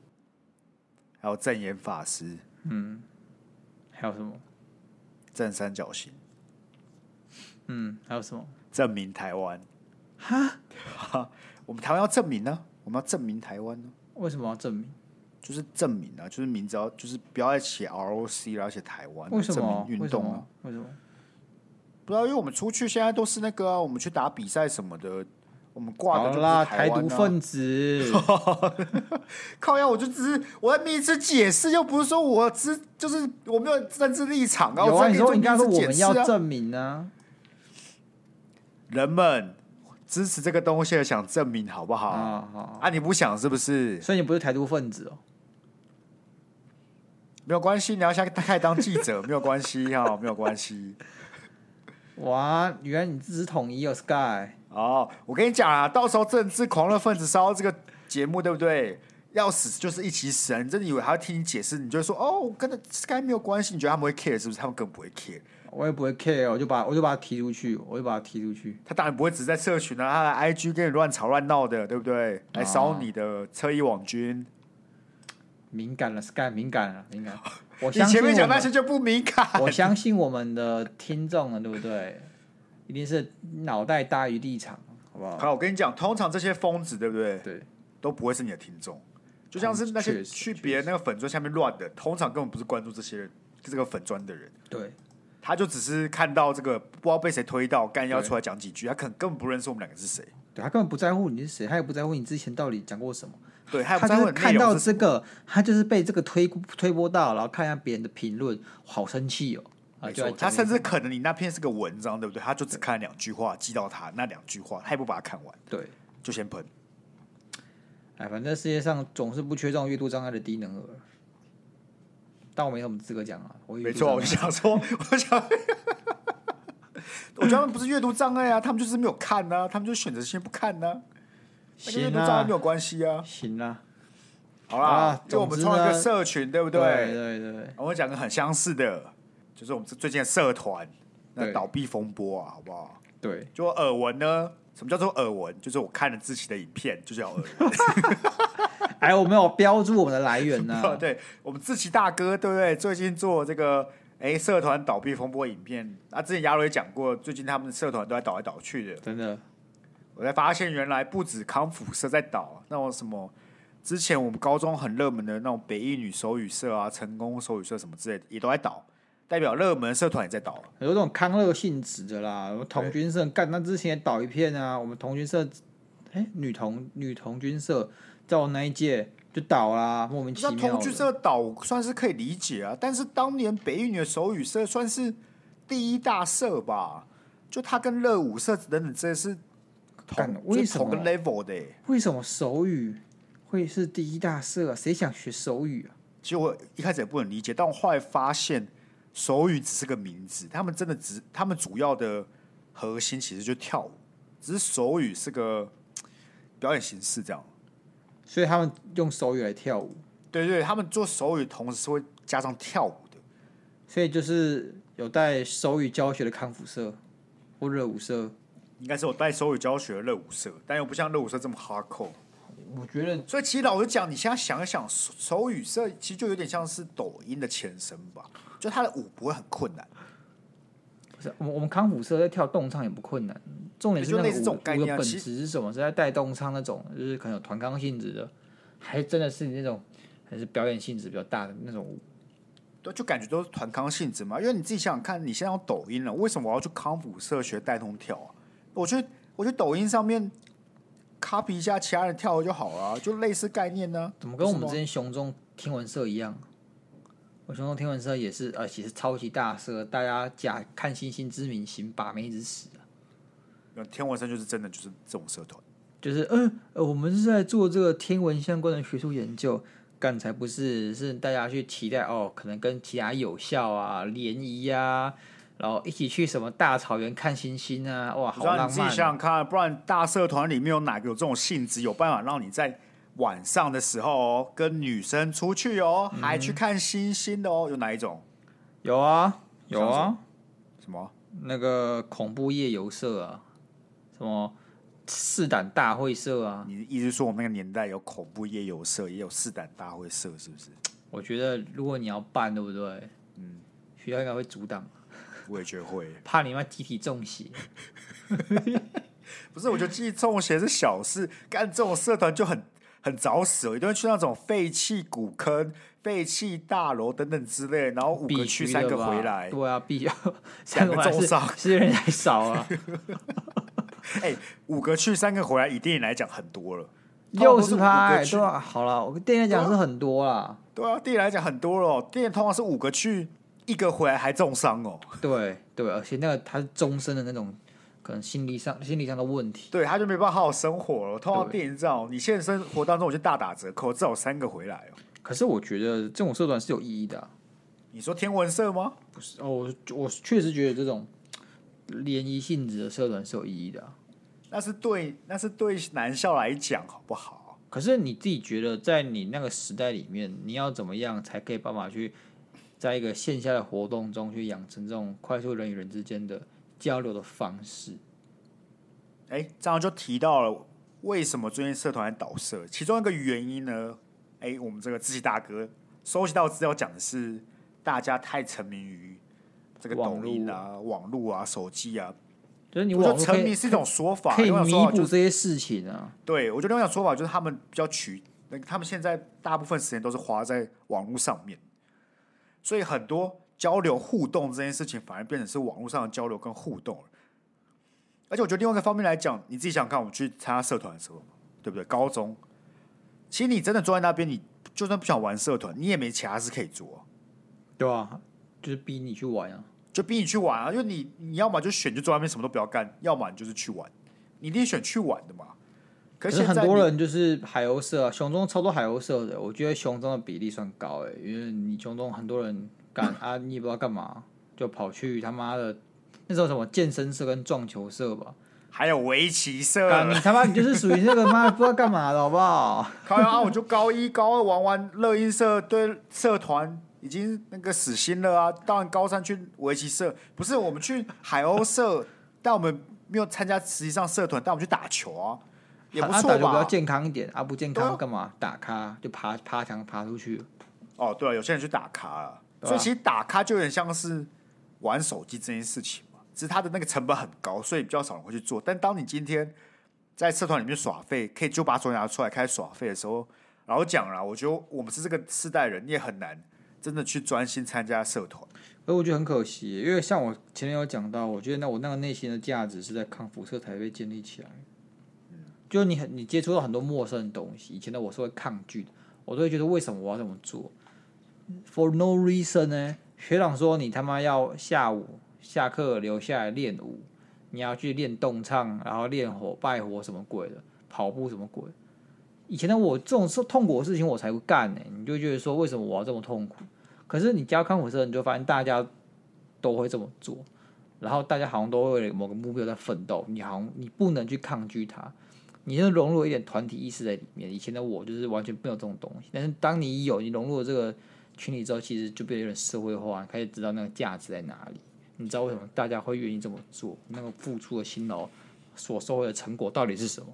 还有正言法师，嗯，还有什么？正三角形，嗯，还有什么？证明台湾。哈， [LAUGHS] 我们台湾要证明呢、我们要证明台湾呢、为什么要证明？就是证明啊，就是明知道，就是不要再写 ROC 了，要写台湾啊，为什证么明运动啊？？为什么？不知道，因为我们出去现在都是那个啊，我们去打比赛什么的，我们挂的好就不啦，是台湾啊独分子，靠呀！我就只是我在面一次解释，又不是说我只就是我没有政治立场啊。有我啊，只你是说给你刚才做说第一次我们解释要啊证明啊，人们支持这个东西的，想证明好不好？啊，啊好，你不想是不是？所以你不是台独分子哦，没有关系，你要下开始当记者没有关系哈，没有关系。哇，原来你支持统一哦，Sky，哦，我跟你讲啊，到时候政治狂热分子烧这个节目，对不对？要死就是一起死啊！你真的以为他要听你解释，你就会说哦，我跟 Sky 没有关系？你觉得他们会 care 是不是？他们根本不会 care，我也不会 care，我就把我就把他踢出去，我就把他踢出去，他当然不会只在社群啊，他来 IG 跟你乱吵乱闹的，对不对？来烧你的车衣网军，敏感了，Sky 敏感了， [LAUGHS] 敏感，我你相信前面我讲那们 [LAUGHS] 些，就不敏感。我相信我们的听众了，对不对？一定是脑袋大于立场，好不好？哎好，我跟你讲，通常这些疯子，对不对？对，都不会是你的听众，就像是嗯那些确实去别人那个粉砖下面乱的，通常根本不是关注这些人这个粉砖的人。对，他就只是看到这个不知道被谁推到，干要出来讲几句，他可能根本不认识我们两个是谁，对他根本不在乎你是谁，他也不在乎你之前到底讲过什么。对，他也不他在就乎是你内看到容是这个，他就是被这个推推波到，然后看一下别人的评论，好生气哦！啊，没就来错。讲他甚一至可能你那篇是个文章，对不对？他就只看两句话，记到他那两句话，他也不把它看完，对，就先喷。哎，反正世界上总是不缺这种阅读障碍的低能儿，但我没什么资格讲啊。我有没阅错，读障碍我就想说， [LAUGHS] 我想，我觉得他们不是阅读障碍啊，他们就是没有看呢、啊，他们就选择性不看呢、啊，那跟阅行读障碍没啦，有关系啊。行啦，好啦啊，就我们总之创了一个呢社群，对不对对对，我讲个很相似的，就是我们最近的社团那对倒闭风波啊，好不好？对就我耳闻呢，什么叫做耳闻？就是我看了自己的影片，就叫耳闻。哎，我没有标注我们的来源啊 [LAUGHS] 呢、对我们志奇大哥，对不对？最近做这个哎社团倒闭风波影片，啊，之前亚伦也讲过，最近他们的社团都在倒来倒去的。真的，我才发现原来不止康复社在倒，那种什么。之前我们高中很热门的那种北一女手语社啊、成功手语社什么之类的，也都在倒，代表热门社团也在倒了。有这种康乐性质的啦。我们童军社干，那之前也倒一片啊。我们童军社，哎、女童女童军社，在我那一届就倒啦，莫名其那妙同居的。社倒算是可以理解啊，但是当年北一女的手语社算是第一大社吧，就它跟热舞社等等这些是干同为就什同个么 level 的、欸。为什么手语会是第一大社啊？谁想学手语啊？其实我一开始也不能理解，但我后来发现手语只是个名字，他们真的只他们主要的核心其实就跳舞，只是手语是个嘖表演形式这样。所以他们用手语来跳舞，对对，他们做手语同时是会加上跳舞的，所以就是有带手语教学的康复社或热舞社。应该是有带手语教学的热舞社，但又不像热舞社这么 hardcore。我觉得所以其实老实讲，你现在想一想，手手语社其实就有点像是抖音的前身吧，就它的舞不会很困难，不是，我们我们康复社在跳动唱也不困难，重点是就那个类似这种舞概舞念啊的本其质是什么？是在带动唱那种，就是可能有团康性质的，还真的是那种还是表演性质比较大的那种舞。对，就感觉都是团康性质嘛。因为你自己想想看，你现在用抖音了，为什么我要去康复社学带动跳啊？我去我去抖音上面 copy 一下其他人跳的就好了啊、就类似概念呢、怎么跟我们不之是吗前雄中天文社一样？我雄中天文社也是，而且是超级大社，大家假看星星之名行把妹之实啊，那天文生就是真的就是这种社团，就是呃呃，我们是在做这个天文相关的学术研究，干才不是，是大家去期待哦，可能跟其他有效啊联谊啊，然后一起去什么大草原看星星啊，哇，好不然浪你自己漫想啊、想看，不然大社团里面有哪个有这种性质，有办法让你在晚上的时候、哦、跟女生出去哦，嗯还去看星星的哦？有哪一种？有啊有啊，什么？那个恐怖夜游社啊，什么试胆大会社啊，你的意思是说我们那个年代有恐怖夜游社，也有试胆大会社，是不是？我觉得如果你要办，对不对？嗯，学校应该会阻挡，我也觉得会。怕你们集体中邪。不是，我觉得记中邪是小事，干这种社团就很很找死哦，一定会去那种废弃古坑、废弃大楼等等之类，然后五必个去，须的三个吧回来。对啊，[LAUGHS] 必须三个回来重是伤是有点太少 [LAUGHS] 啊，哎、五个去，三个回来，以电影来讲很多了。六通常都是十五趴个欸，去对啊，好了，我跟店员讲是很多啦，对啊，电影来讲很多了哦，电影通常是五个去，一个回来还重伤哦。对对，而且那个他是终身的那种，可能心理上心理上的问题。对，他就没办法好好生活了。通常对电影是这样哦，你现实生活当中我就大打折扣，至少三个回来哦。可是我觉得这种社团是有意义的啊、你说天文社吗？不是哦，我我确实觉得这种联谊性质的社团是有意义的啊、那是对，那是对男校来讲好不好？可是你自己觉得，在你那个时代里面，你要怎么样才可以办法去，在一个线下的活动中去养成这种快速人与人之间的交流的方式？哎，这样就提到了为什么最近社团在倒社，其中一个原因呢，哎，我们这个志奇大哥收集到资料讲的是，大家太沉迷于这个抖音啊、网络啊、手机啊，就是你我网说络可沉以迷是一种说法，可以另外一种弥说法补就这是些事情啊。对我觉得另外一种说法就是他们比较取，那个他们现在大部分时间都是花在网络上面，所以很多交流互动这件事情反而变成是网络上的交流跟互动了。而且我觉得另外一个方面来讲，你自己想想看，我们去参加社团的时候，对不对？高中，其实你真的坐在那边，你就算不想玩社团，你也没其他事可以做啊、对啊，就是逼你去玩啊。就逼你去玩啊，因为你你要么就选就坐在那边什么都不要干，要么你就是去玩，你一定选去玩的嘛。可可是是现在很多你人就是海鸥社、啊，熊中超多海鸥社的，我觉得熊中的比例算高诶、因为你熊中很多人 [LAUGHS] 干啊，你也不知道干嘛，就跑去他妈的那时候什么健身社跟撞球社吧。还有围棋社， [LAUGHS] 干你他妈你就是属于那个 [LAUGHS] 妈不知道干嘛的好不好？靠呀！我就高一、高二玩玩乐音社，对社团已经那个死心了啊。当然，高三去围棋社，不是我们去海鸥社，但我们没有参加实际上社团，但我们去打球啊，也不啊错打球比较吧？健康一点啊，不健对康啊干嘛？打卡就爬爬墙爬出去，哦，对啊，有些人去打卡了，对啊所以其实打卡就有点像是玩手机这件事情嘛，只是它的那个成本很高，所以比较少人会去做。但当你今天在社团里面耍废，可以就把手机拿出来开始耍废的时候，然后讲了，我觉得我们是这个世代人，你也很难真的去专心参加社团。而我觉得很可惜，因为像我前面有讲到，我觉得那我那个内心的价值是在康复社才被建立起来。就你很你接触到很多陌生的东西，以前的我是会抗拒的，我都会觉得为什么我要这么做？For no reason 呢？学长说你他妈要下午下课留下来练舞，你要去练动唱，然后练火拜火什么鬼的，跑步什么鬼？以前的我这种是痛苦的事情我才会干呢、你就觉得说为什么我要这么痛苦？可是你加康复社，你就发现大家都会这么做，然后大家好像都会为了某个目标在奋斗，你好像你不能去抗拒它，你就融入一点团体意识在里面。以前的我就是完全没有这种东西，但是当你有你融入了这个群体之后，其实就变得有点社会化，你开始知道那个价值在哪里，你知道为什么大家会愿意这么做，那个付出的辛劳所收获的成果到底是什么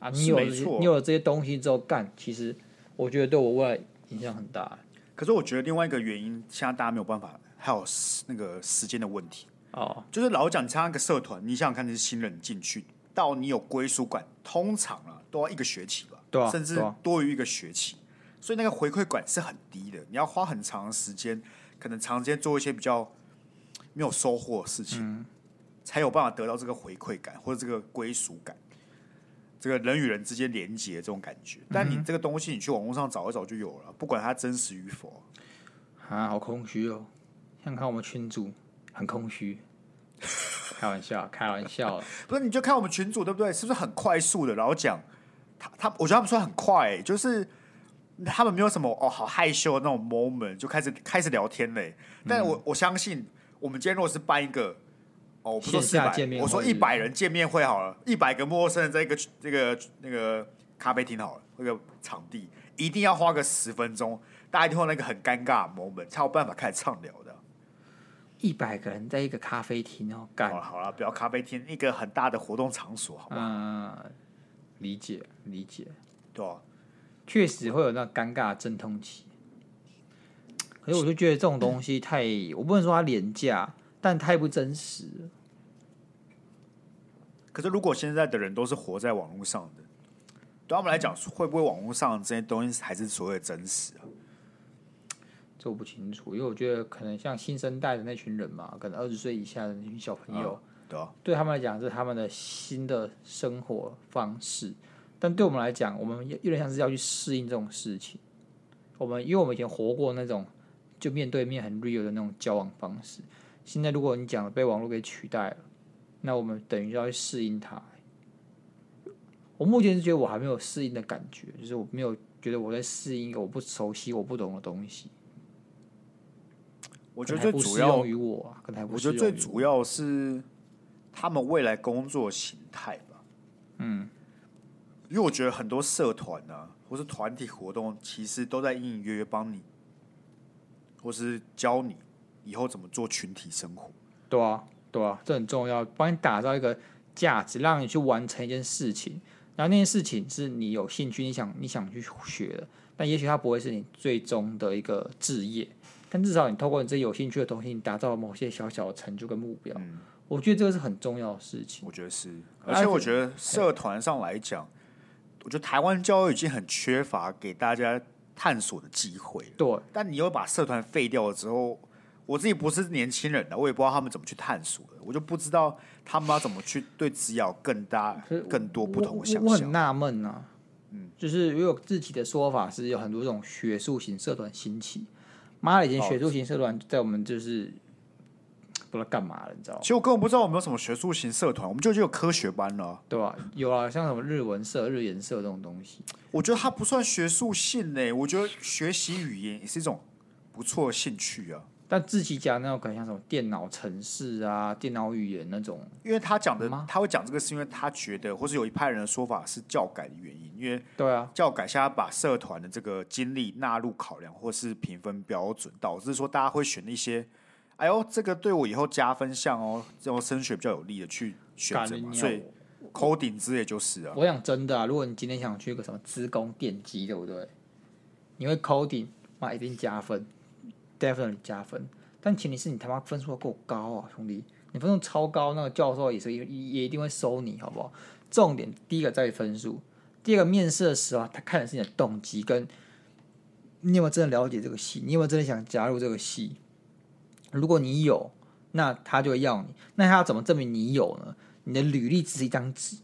啊？你是有没这些错你有了这些东西之后干，其实我觉得对我未来影响很大可是我觉得另外一个原因，现在大家没有办法，还有时那个时间的问题。哦。就是老实讲，你参加一个社团，你想想看，你是新人进去，到你有归属感，通常啊都要一个学期吧，对啊甚至对啊多于一个学期，所以那个回馈感是很低的。你要花很长的时间，可能长时间做一些比较没有收获的事情，嗯才有办法得到这个回馈感或者这个归属感。这个人与人之间连接这种感觉，但嗯你这个东西你去网络上找一找就有了，不管它真实与否。啊，好空虚哦！想看我们群主很空虚，开玩笑，开玩笑。不是，你就看我们群主对不对？是不是很快速的？然后讲他他，我觉得他们说很快、欸就是他们没有什么哦，好害羞的那种 moment，就开始开始聊天嘞、但嗯我、我相信，我们今天如果是办一个哦，我不说线四下百见，面我说会是一不是百人见面会好了，一百个陌生人在一个那个那个咖啡厅好了，那个场地一定要花个十分钟，大家一定会有那个很尴尬的 moment，才有办法开始畅聊的。一百个人在一个咖啡厅哦，干好了，好了，不要咖啡厅，一个很大的活动场所，好吧？啊，理解理解，对吧、确实会有那尴尬的阵痛期。可是我就觉得这种东西太，我不能说它廉价，但太不真实了。可是如果现在的人都是活在网络上的，对他们来讲，嗯会不会网络上这些东西还是所谓的真实啊？这我不清楚，因为我觉得可能像新生代的那群人嘛，可能二十岁以下的那群小朋友，对啊，对他们来讲是他们的新的生活方式，但对我们来讲，我们有有点像是要去适应这种事情。我们因为我们以前活过那种就面对面很 real 的那种交往方式，现在如果你讲的被网络给取代了，那我们等于就要去适应它。我目前是觉得我还没有适应的感觉，就是我没有觉得我在适应一个我不熟悉、我不懂的东西。我觉得可能还最不主适要用于，我啊，可能还不我适觉用于得我。最主要是他们未来工作形态吧。嗯，因为我觉得很多社团啊，或是团体活动，其实都在隐隐约约帮你，或是教你以后怎么做群体生活。对啊，对啊，这很重要，帮你打造一个价值，让你去完成一件事情。然后那件事情是你有兴趣，你想你想去学的，但也许它不会是你最终的一个志业，但至少你透过你自己有兴趣的东西，你达到某些小小的成就跟目标。嗯我觉得这个是很重要的事情。我觉得是，可而是且我觉得社团上来讲，我觉得台湾教育已经很缺乏给大家探索的机会了。对，但你又把社团废掉了之后，我自己不是年轻人啊了，我也不知道他们怎么去探索的，我就不知道他们要怎么去对职业有更大可是、更多不同的想我我我很象。嗯纳闷啊，就是因为我自己的说法是有很多这种学术型社团兴起，妈的，以前哦学术型社团在我们就是不知道干嘛了，你知道吗其？实我根本不知道我们有什么学术型社团，我们就已经有科学班了。对吧、有啊，像什么日文社、日研社这种东西，我觉得它不算学术性呢、我觉得学习语言也是一种不错的兴趣啊，但自己讲那种可能像什么电脑程式啊、电脑语言那种，因为他讲的吗他会讲这个是因为他觉得，或是有一派人的说法是教改的原因，因为对啊，教改现在把社团的这个经历纳入考量或是评分标准，导致说大家会选一些，哎呦，这个对我以后加分项哦，这种升学比较有利的去选干择你嘛。娘所以 coding 之类就是啊，我想真的啊，如果你今天想去个什么资工电机，对不对？你会 coding，妈一定加分，definitely 加分。但前提是你他妈分数要够高啊，兄弟，你分数超高，那个教授也是也也一定会收你，好不好？重点第一个在于分数，第二个面试的时候啊，他看的是你的动机跟你有没有真的了解这个系，你有没有真的想加入这个系。如果你有，那他就会要你。那他要怎么证明你有呢？你的履历只是一张纸。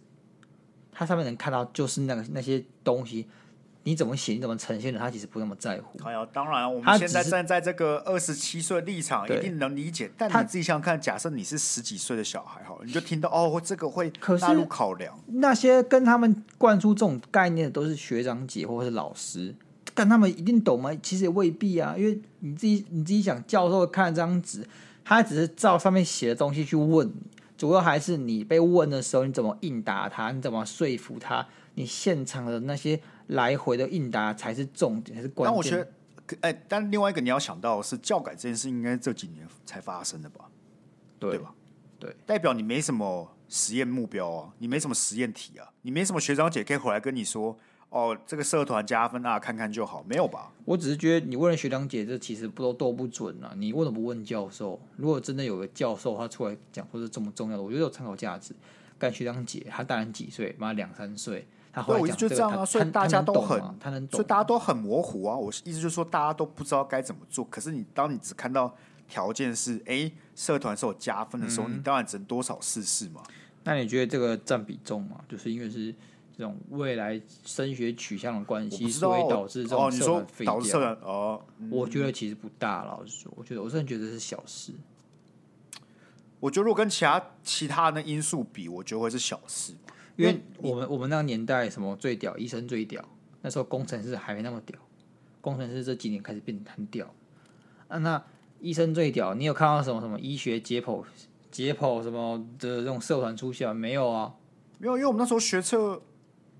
它上面能看到就是那个那些东西，你怎么写，你怎么呈现的，他其实不那么在乎。哎呀，当然我他们只现在是站在这个二十七岁的立场，对一定能理解。但他你自己想想看，假设你是十几岁的小孩好了，你就听到哦，这个会可是纳入考量。那些跟他们灌输这种概念的都是学长姐或者是老师，但他们一定懂吗？其实也未必啊，因为你自己你自己想，教授看张纸，他只是照上面写的东西去问你，主要还是你被问的时候，你怎么应答他，你怎么说服他，你现场的那些来回的应答才是重点，才是关但键。我觉得，可哎、但另外一个你要想到的是教改这件事，应该这几年才发生的吧？对对吧？对，代表你没什么实验目标啊，你没什么实验题啊，你没什么学长姐可以回来跟你说，哦，这个社团加分啊，看看就好，没有吧？我只是觉得你问了学长姐，这其实不都都不准啊。你为什么不问教授？如果真的有个教授他出来讲说是这么重要的，我觉得有参考价值。干学长姐，她大人几岁？妈两三岁，她对回来我一讲直个，就这样啊她所以她大家她能都懂很吗她能所懂以大家都很模糊啊。我是意思就是说，大家都不知道该怎么做。可是你当你只看到条件是，哎、社团是有加分的时候，嗯你当然只能多少试试嘛。那你觉得这个占比重嘛？就是因为是这种未来升学取向的关我系，不知道所以导致这哦，种你社说团废导致社掉。团哦，我觉得其实不大，老实说，我觉得我真的觉得是小事。我觉得如果跟其他其他的因素比，我觉得会是小事。因为我们我们那个年代什么最屌，医生最屌，那时候工程师还没那么屌，工程师这几年开始变得很屌啊。那医生最屌，你有看到什么什么医学解剖解剖什么的这种社团出现吗没有啊？没有，因为我们那时候学测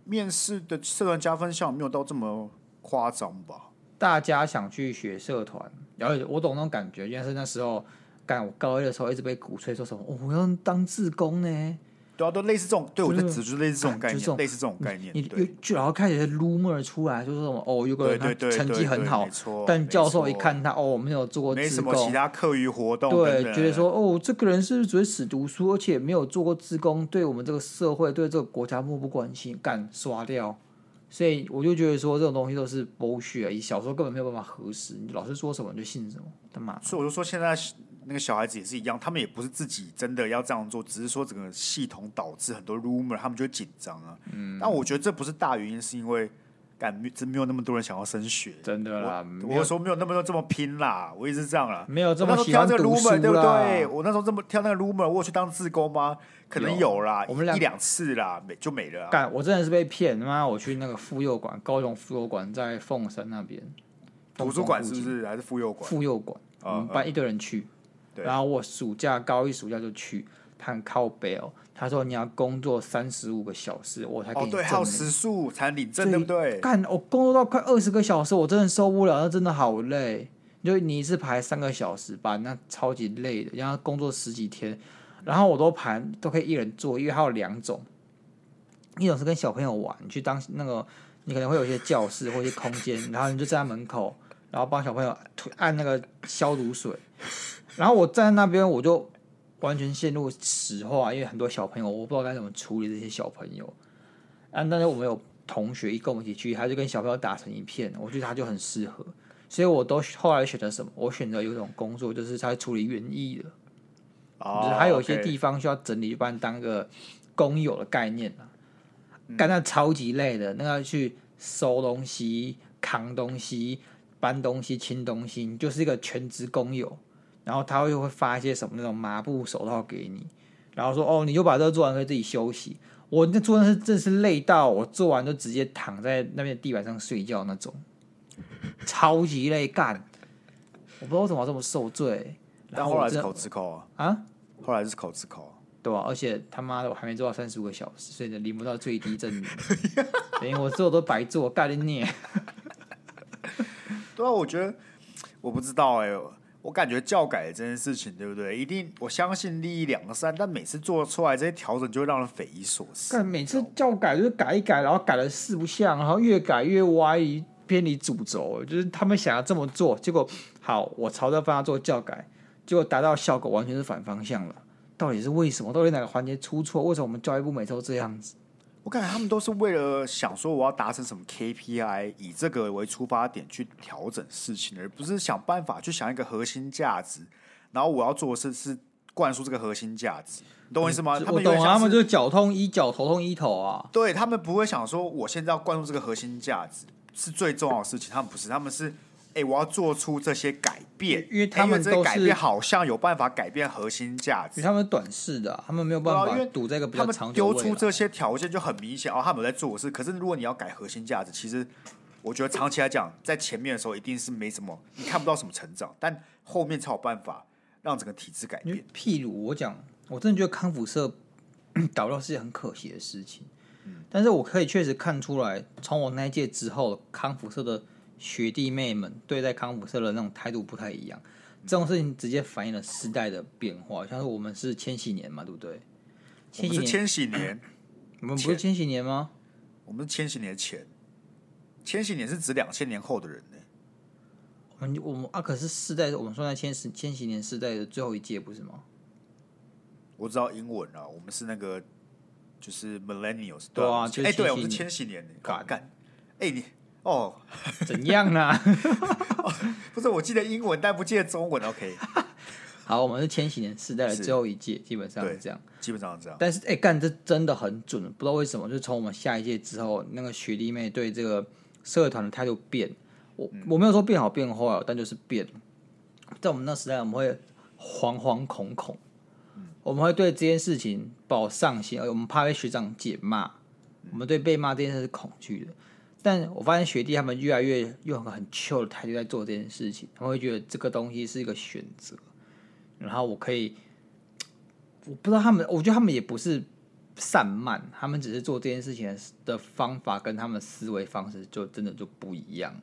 面试的社团加分项没有到这么夸张吧？大家想去学社团，然后我懂那种感觉，因为是那时候干我高一的时候一直被鼓吹说什么、哦、我要当志工呢，对啊，都类似这种，对我在指就是类似这种啊概就是这种念，类似这种概念，你对又就然后开始 rumor 出来，就是什么哦有个对人他对对，成对绩很对好没，错但教授没一。错看他哦我没有做过没志什工么，其他课余活动，对等，等觉得说哦，这个人是不是只会死读书，而且没有做过志工，对我们这个社会、对这个国家漠不关心，干刷掉。所以我就觉得说，这种东西都是剥削，你小时候根本没有办法核实，你老师说什么你就信什么，他妈所以我就说现在那个小孩子也是一样，他们也不是自己真的要这样做，只是说整个系统导致很多 rumor，他们就会紧张啊。嗯，但我觉得这不是大原因，是因为感真没有那么多人想要升学。真的啦，没我有我说没有那么多这么拼啦，我一直这样啊啦。没有这我那么时候喜挑欢这个读 rumor 书对不对？啦。我那时候这么挑那个 rumor，我有去当志工吗？可能有啦，我们一两一两次啦，没就没了啊、干，我真的是被骗，他妈我去那个妇幼馆，高雄妇幼馆在凤山那边，图书馆是不凤山附近是还是妇幼馆？妇幼馆，啊我们班一堆人去。对然后我暑假高一暑假就去，他很靠北哦。他说你要工作三十五个小时，我才给哦，你证对，还有明。时数才能领证，所对以不对？干，我工作到快二十个小时，我真的受不了，那真的好累。就你一次排三个小时班，那超级累的，然后工作十几天，然后我都排都可以一人做，因为还有两种，一种是跟小朋友玩，你去当那个你可能会有一些教室或一些空间，然后你就站在门口，然后帮小朋友推按那个消毒水，然后我站在那边我就完全陷入石化，因为很多小朋友我不知道该怎么处理这些小朋友。啊，那时候我们有同学一跟我们一起去，他就跟小朋友打成一片，我觉得他就很适合，所以我都后来选择什么？我选择有一种工作，就是他处理园艺的，就哦是，还有一些 OK 地方需要整理，一般当个工友的概念啊，嗯干那超级累的，那个去收东西、扛东西、搬东西、清东西，你就是一个全职工友。然后他会会发一些什么那种麻布手套给你，然后说哦，你就把这个做完可以自己休息。我那做的是真的是累到我做完就直接躺在那边地板上睡觉那种，超级累干。我不知道为什么要这么受罪。然但后后我来是真的考自考啊，啊，后来是考自考啊、对吧、而且他妈的，我还没做到三十五个小时，所以领不到最低证明。 [LAUGHS] 等于我做都白做，干你孽！对啊，我觉得我不知道哎、我感觉教改这件事情，对不对？一定我相信利益两善，但每次做出来这些调整，就会让人匪夷所思。干每次教改就是改一改，然后改了四不像，然后越改越歪，偏离主轴。就是他们想要这么做，结果好，我朝着方向做教改，结果达到效果完全是反方向了。到底是为什么？到底哪个环节出错？为什么我们教育部每次都这样子？我感觉他们都是为了想说我要达成什么 KPI，以这个为出发点去调整事情，而不是想办法去想一个核心价值。然后我要做的是是灌输这个核心价值，你懂我意思吗？我有懂点啊，像他们是就是脚痛医脚，头痛医头啊。对他们不会想说，我现在要灌入这个核心价值是最重要的事情，他们不是，他们是，哎、我要做出这些改变，因为他们哎因为这都些是改变好像有办法改变核心价因为值，他们短视的啊、他们没有办对啊因法为赌在一个比他较们长久丢的未出来。这些条件就很明显哦，他们有在做事，可是如果你要改核心价值，其实我觉得长期来讲，在前面的时候一定是没什么，你看不到什么成长，但后面才有办法让整个体制改因变为。譬如我讲，我真的觉得康复社倒掉是一件很可惜的事情。嗯但是我可以确实看出来，从我那一届之后，康复社的学弟妹们对待康复社的那种态度不太一样。嗯这种事情直接反映了时代的变化，像是我们是千禧年嘛，对不对？我千们禧是年，千禧年，我们不是千禧年吗？我们是千禧年前，千禧年是指两千年后的人呢、我们我们啊，可是世代，我们算在千禧千禧年世代的最后一届，不是 [LAUGHS] 吗？我知道英文啊，我们是那个就是 millennials，对啊我们就是哎、对，千禧我们是年千禧年呢、干欸，干，哎、你哦，怎样啊啦、不是，我记得英文，但不记得中文，OK， [LAUGHS] 好，我们是千禧年世代的是最后一届，基本上是对这样。基本上是这样。但是哎，干、这真的很准，不知道为什么，就是从我们下一届之后，那个学弟妹对这个社团的态度变，我、我没有说变好变坏哦，但就是变。在我们那时代，我们会惶惶恐恐，我们会对这件事情抱上心，而我们怕被学长姐骂，我们对被骂这件事是恐惧的。但我发现学弟他们越来越用很 chill 的态度在做这件事情，他们会觉得这个东西是一个选择，然后我可以我不知道他们，我觉得他们也不是散漫，他们只是做这件事情的的方法跟他们的思维方式就真的就不一样了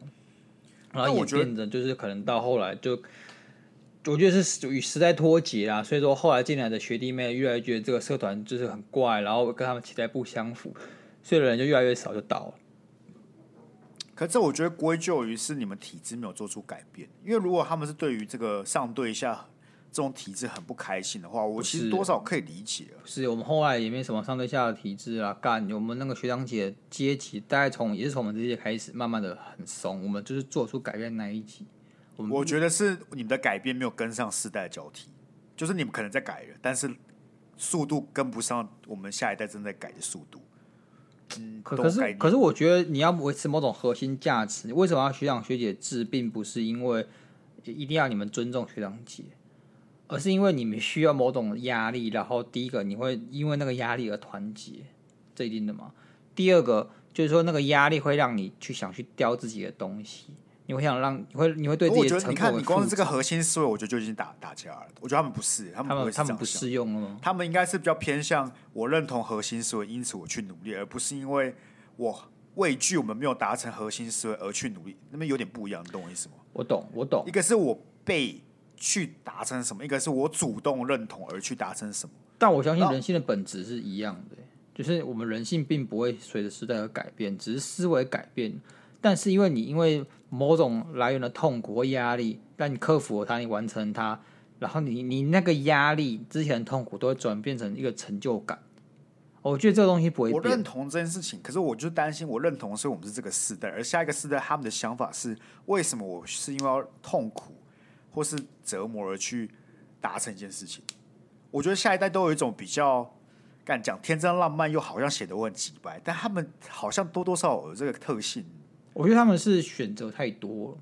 然那后我演觉得变着就是可能到后来就，我觉得是与时代脱节啦，所以说后来进来的学弟妹越来越觉得这个社团就是很怪，然后跟他们期待不相符，所以人就越来越少就倒了。可这我觉得归咎于是你们体制没有做出改变，因为如果他们是对于这个上对下这种体制很不开心的话，我其是实多少可以理解啊。是我们后来也没什么上对下的体制啊，干我们那个学长姐阶级，大概从也是从我们这届开始，慢慢的很松，我们就是做出改变那一集。我们我觉得是你们的改变没有跟上世代的交替，就是你们可能在改了，但是速度跟不上我们下一代正在改的速度。嗯，可懂我可概是念可是，我觉得你要维持某种核心价值，为什么要学长学姐制，并不是因为一定要你们尊重学长姐，而是因为你们需要某种压力，然后第一个你会因为那个压力而团结，这一定的嘛。第二个就是说，那个压力会让你去想去雕自己的东西，你会想让你会你会对自我己觉得的成你果看，你光负是这责个核心思维，我觉得就已经打打架了。我觉得他们不是，他他们不们会是他这们样不想适用了吗？他们应该是比较偏向我认同核心思维，因此我去努力，而不是因为我畏惧我们没有达成核心思维而去努力，那么有点不一样，你懂我意思吗？我懂，我懂一。个是我被去达成什么，一个是我主动认同而去达成什么。但我相信那人性的本质是一样的欸、就是我们人性并不会随着时代而改变，只是思维改变。但是因为你因为某种来源的痛苦或压力，但你克服了它，你完成它，然后你你那个压力之前的痛苦都会转变成一个成就感。我觉得这个东西不会我认变，同这件事情，可是我就担心，我认同，所以我们是这个世代，而下一个世代他们的想法是，为什么我是因为要痛苦或是折磨而去达成一件事情？我觉得下一代都有一种比较，敢讲天真浪漫，又好像显得我很直白，但他们好像多多少少有这个特性。我觉得他们是选择太多了，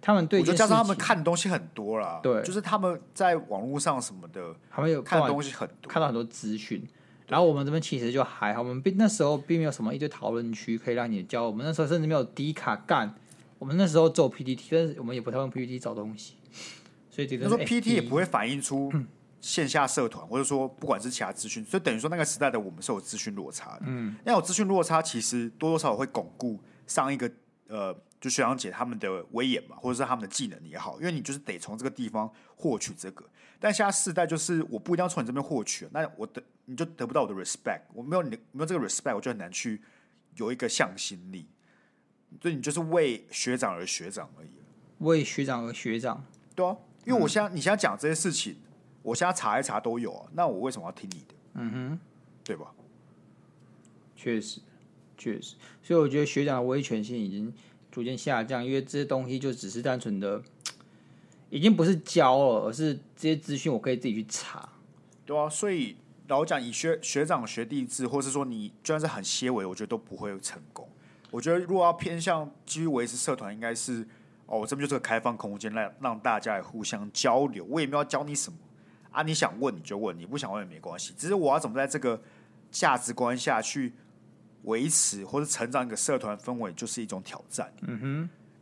他们对我一觉件得加上他事们情看的东西很多啦，对就是他们在网络上什么的他们有看的办法东西很多。看到很多资讯。然后我们这边其实就还好，我们并那时候并没有什么一堆讨论区可以让你教，我们那时候甚至没有迪卡干，我们那时候只有 PPT，但是我们也不太用 PPT 找东西，所以顶他多说是 PT FB 也不会反映出线下社团，或者说不管是其他资讯，所以等于说那个时代的我们是有资讯落差的。嗯，那有资讯落差，其实多多少少会巩固上一个呃，就学长姐他们的威严嘛，或者是他们的技能也好，因为你就是得从这个地方获取这个。但现在世代就是我不一定要从你这边获取，那我得你就得不到我的 respect，我没有你的没有这个 respect，我就很难去有一个向心力。所以你就是为学长而学长而已。为学长而学长，对啊，因为我现在、你现在讲这些事情，我现在查一查都有啊，那我为什么要听你的？嗯哼，对吧？确实确实，所以我觉得学长的威权性已经逐渐下降，因为这些东西就只是单纯的，已经不是教了，而是这些资讯我可以自己去查，对啊，所以老讲以学学长学弟制，或是说你就算是很些微，我觉得都不会成功。我觉得如果要偏向基于维持社团，应该是哦，我这边就是个开放空间，让让大家来互相交流。我也没有要教你什么啊，你想问你就问，你不想问也没关系。只是我要怎么在这个价值观下去维持或是成长一个社团氛围就是一种挑战，嗯哼，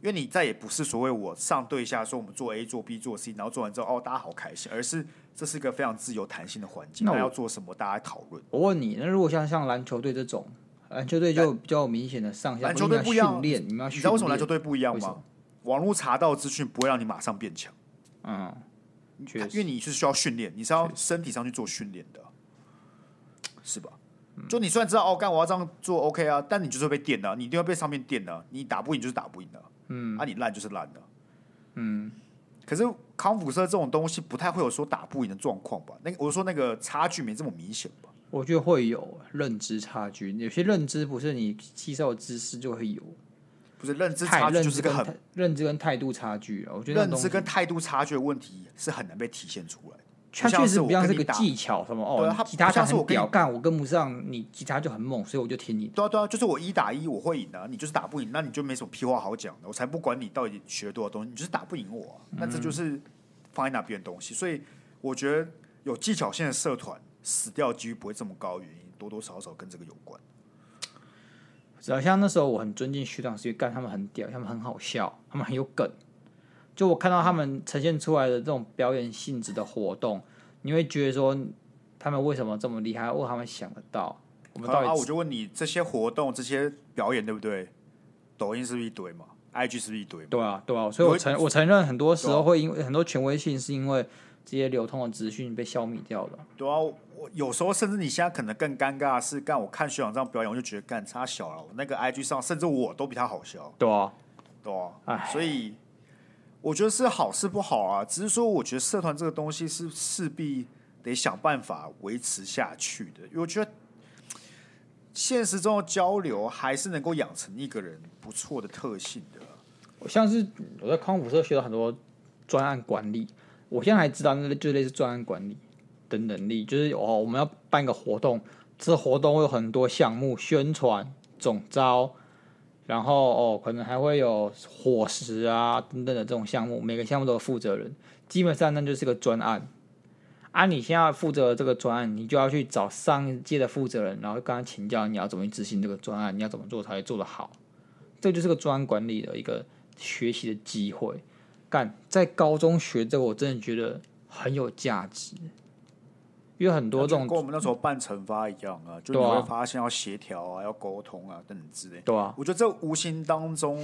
因为你再也不是所谓我上对下说我们做 A 做 B 做 C，然后做完之后哦大家好开心，而是这是一个非常自由弹性的环境，那那我要做什么大家讨论。我问你，那如果像像篮球队这种，篮球队就比较有明显的上下，篮球队不一样训练，你们要你训知道练，为什么篮球队不一样为什吗么？网络查到资讯不会让你马上变强，嗯，确因实为你是需要训练，你是要身体上去做训练的，是吧？就你虽然知道哦，干我要这样做 OK 啊，但你就是会被电的、你一定会被上面电的、你打不赢就是打不赢的、嗯啊，你烂就是烂的、嗯，可是康复社这种东西不太会有说打不赢的状况吧？那个我说那个差距没这么明显吧？我觉得会有认知差距，有些认知不是你吸收的知识就会有，不是认知态差距认就知是个跟很态认知跟态度差距了。我觉得那认种知东跟西态度差距的问题是很难被体现出来的。它不确像实是不我像跟你是个打技巧什么对哦啊，它吉他不像弹是我很跟屌，你干我跟不上，你吉他就很猛，所以我就听你的。对啊对啊，就是我一打一我会赢啊，你就是打不赢，那你就没什么屁话好讲的。我才不管你到底学了多少东西，你就是打不赢我啊、那这嗯就是放在那边的东西。所以我觉得有技巧性的社团死掉几率不会这么高，原因多多少少跟这个有关。只要像那时候我很尊敬学长，是因为干他们很屌，他们很好笑，他们很有梗。就我看到他们呈现出来的这种表演性质的活动，你会觉得说他们为什么这么厉害？为什么他们想得到？我们好啊，到我底就问你，这些活动、这些表演，对不对？抖音是不是一堆嘛？IG 是不是一堆嘛？对啊对啊，所以我有一承我承认很多时对候啊会因为很多权威性是因为这些流通的资讯被消弭掉了。对啊，我我有时候甚至你现在可能更尴尬的是，干我看学长这样表演，我就觉得干差小了。我那个 IG 上，甚至我都比他好笑。对啊，对啊唉，所以我觉得是好是不好啊，只是说我觉得社团这个东西是势必得想办法维持下去的，因为我觉得现实中的交流还是能够养成一个人不错的特性的。我像是我在康复社学到很多专案管理，我现在还知道那就类似专案管理的能力，就是哦，我们要办一个活动，这活动会有很多项目，宣传、总招，然后哦，可能还会有伙食啊等等的这种项目，每个项目都有负责人，基本上那就是个专案。啊，你现在负责这个专案，你就要去找上一届的负责人，然后跟他请教你要怎么去执行这个专案，你要怎么做才会做得好。这就是个专案管理的一个学习的机会。干，在高中学这个，我真的觉得很有价值，因为很多这就种跟我们那时候办惩罚一样啊，就你对啊会发现要协调啊，要沟通啊等等之类。对啊，我觉得这无形当中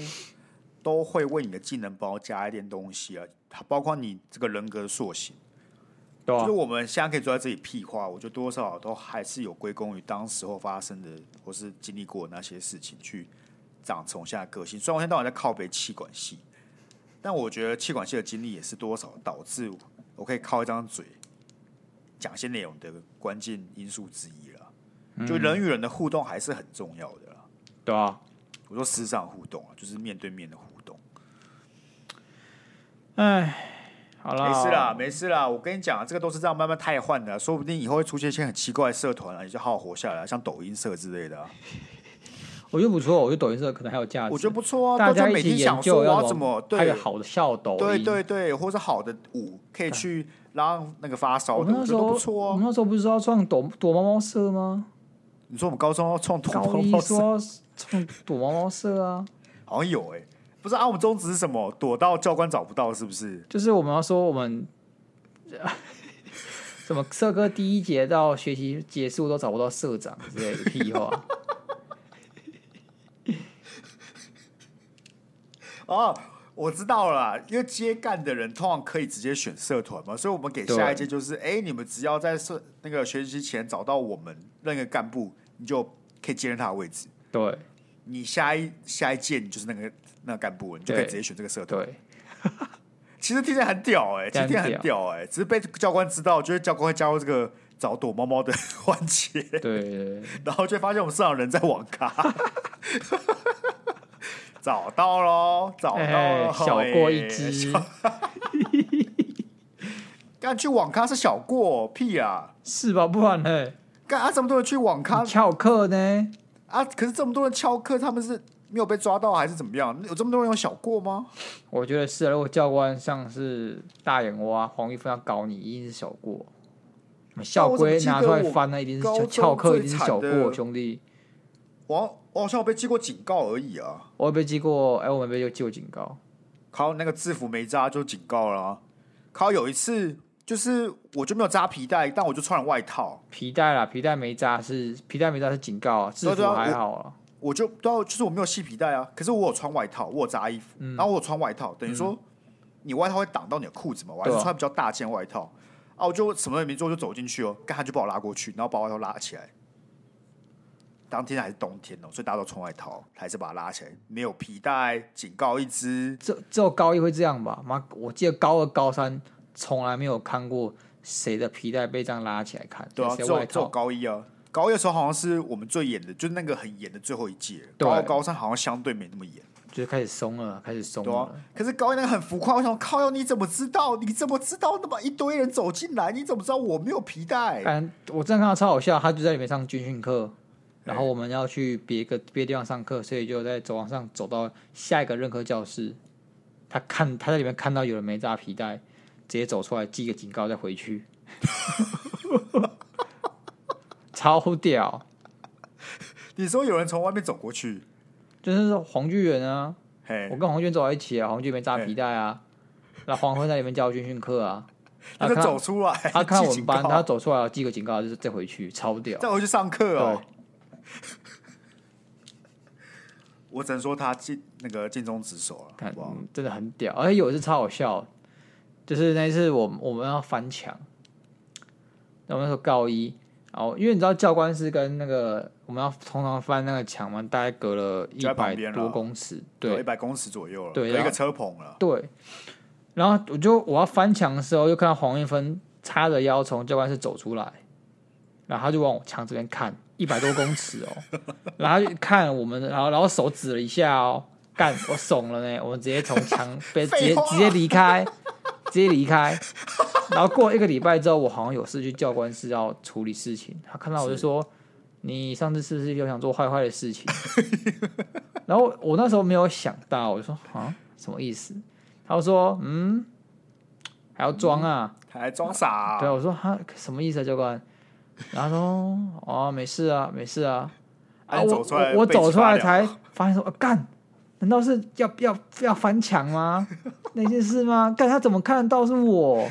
都会为你的技能包加一点东西啊，包括你这个人格的塑形。对就啊是，我们现在可以坐在这里屁话，我觉得多少都还是有归功于当时候发生的或是经历过的那些事情，去长成我现在的个性。虽然我现在到晚在靠北气管系，但我觉得气管系的经历也是多少导致我可以靠一张嘴讲一些内容的关键因素之一了。就人与人的互动还是很重要的啦。对啊。我说私上互动啊，就是面对面的互动。好啦，没事啦，没事啦，我跟你讲啊，这个都是这样慢慢汰换的啊，说不定以后会出现一些很奇怪的社团啊，你就好好活下来啊，像抖音社之类的啊，我觉得不错，我觉得抖音社可能还有价值。我觉得不错啊。大大家家每一起天研想说究我要怎怎么还对有好的效抖音。对对对，或者好的舞可以去让那个发烧我的，我们那觉时得都候嗯不错我啊们。那时候不是说要创躲躲猫猫社吗？你说我们高中要创同高胞一报社，说要创躲猫猫社啊， [LAUGHS] 好像有哎、不是啊？我们宗旨是什么？躲到教官找不到，是不是？就是我们要说我们 [LAUGHS] 什么社科第一节到学习结束都找不到社长之类的 [LAUGHS] 屁话。哦，我知道了啦，因为接干的人通常可以直接选社团嘛，所以我们给下一届就是，哎、你们只要在社那个学习前找到我们任一个干部，你就可以接任他的位置。对你下一下一届你就是那个那个干部了，你就可以直接选这个社团。对，其实听起来很屌哎、其实听起来非很常屌哎、只是被教官知道，就是教官会加入这个找躲猫猫的 [LAUGHS] 环节，对对对，然后就会发现我们社长人在网咖。 [LAUGHS] 找到喽，找到哎喽，小过一啊哎只干去网咖是小过、屁啊！是吧？不然呢？干啊，这么多人去网咖你翘课呢？啊，可是这么多人翘课，他们是没有被抓到还是怎么样？有这么多人有小过吗？我觉得是啊，如果教官像是大眼蛙、黄玉芬要搞你，一定是小过。校规拿出来翻，那一定是高中翘课，一定是最惨小的过，兄弟。我我好像有被记过警告而已啊。我有被记过，哎、我没被记过警告。靠，那个制服没扎就警告了、啊。靠，有一次就是我就没有扎皮带，但我就穿了外套，皮带啦，皮带没扎是皮带没扎是警告啊，制对服对啊还我好啊。我就对、啊，就是我没有系皮带啊，可是我有穿外套，我有扎衣服，嗯然后我有穿外套，等于说、你外套会挡到你的裤子嘛，我还是对啊穿比较大件外套。啊，我就什么也没做就走进去哦，干他就把我拉过去，然后把外套拉起来。当天还是冬天哦，所以大家都穿外套，还是把它拉起来，没有皮带，警告一只。只只有高一会这样吧？妈，我记得高二、高三从来没有看过谁的皮带被这样拉起来看，对啊，只谁有外只有套。高一啊，高一的时候好像是我们最严的，就是那个很严的最后一届。对高二高三好像相对没那么严，就是开始松了，开始松对啊了。。可是高一那个很浮夸，我想靠你怎么知道？你怎么知道那么一堆人走进来？你怎么知道我没有皮带？感我真的看到超好笑，他就在里面上军训课，哎然后我们要去别个别地方上课，所以就在走廊上走到下一个任课教室。他看他在里面看到有人没扎皮带，直接走出来记个警告再 [LAUGHS] 回去，超屌！你说有人从外面走过去，就是黄巨源啊，嘿我，跟黄俊走在一起啊，黄俊没哎扎皮带啊，那黄昏在里面教军训课啊，他就他看走出来，他看记我哎警们班，告他走出来了，记个警告，就是再回去，超屌。再回去上课哦对。 [LAUGHS] 我只能说他尽那个尽忠职守了，好看不好？，嗯真的很屌。而且有一次超好笑，就是那一次我们我们要翻墙，那我们那时候高一，然后因为你知道教官是跟那个我们要通常翻那个墙嘛，大概隔了一就在百旁边多了公尺，一对百公尺左右了，对有一然个后车棚了，对。然后我就我要翻墙的时候，就看到黄一芬叉着腰从教官室走出来，然后他就往我墙这边看，一百多公尺哦，然后他就看我们，然后然后手指了一下哦，干，我怂了呢，我们直接从墙被直接废话直接离开，直接离开。然后过一个礼拜之后，我好像有事去教官室要处理事情，他看到我就说：“你上次是不是有想做坏坏的事情？” [LAUGHS] 然后我那时候没有想到，我就说：“啊，什么意思？”他就说：“嗯，还要装啊。还装傻啊、对啊，我说哈什么意思啊，教官？然后他说哦，没事啊，没事啊。啊啊，你我走出来我我被走几出发来了才发现说，啊干、难道是要要要翻墙 [LAUGHS] 吗？那件事吗？干他怎么看得到是我？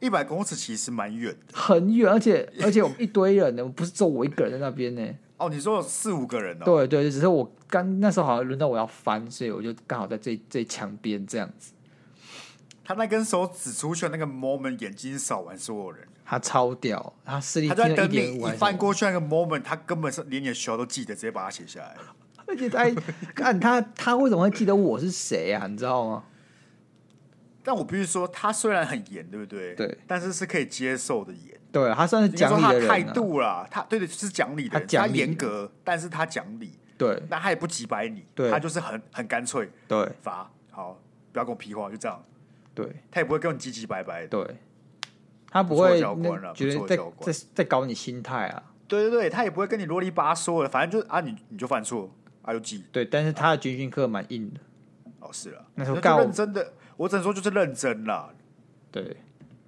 一百公尺其实蛮远的很远，而且而且我们一堆人呢，不是只有我一个人在那边呢。哦。你说有四五个人哦，对对，只是我刚那时候好像轮到我要翻，所以我就刚好在这这墙边这样子。他那根手指出去的那个 moment，眼睛扫完所有人，他超屌，他视力他就在听了一等点你五一还是翻什么？过去那个 moment，他根本是连你的学校都记得，直接把它写下来。而 [LAUGHS] 且他还干他他为什么会记得我是谁啊？你知道吗？但我必须说，他虽然很严，对不对？对，但是是可以接受的严。对，他算是应该讲说他理的的人、态啊，度啦，他对对是讲理的人，他讲理严格，但是他讲理，对那他也不急白你，对他就是很很干脆，对罚好，不要跟我屁话，就这样，对他也不会跟你唧唧白白的。对，他不不错的会教官那啊觉不错的得在教官在在搞你心态啊，对对对，他也不会跟你啰里吧嗦的，反正就是啊，你你就犯错，啊就记，对，但是他的军训课蛮硬的，哦是了，那时候就干我认真的，我只能说就是认真啦。对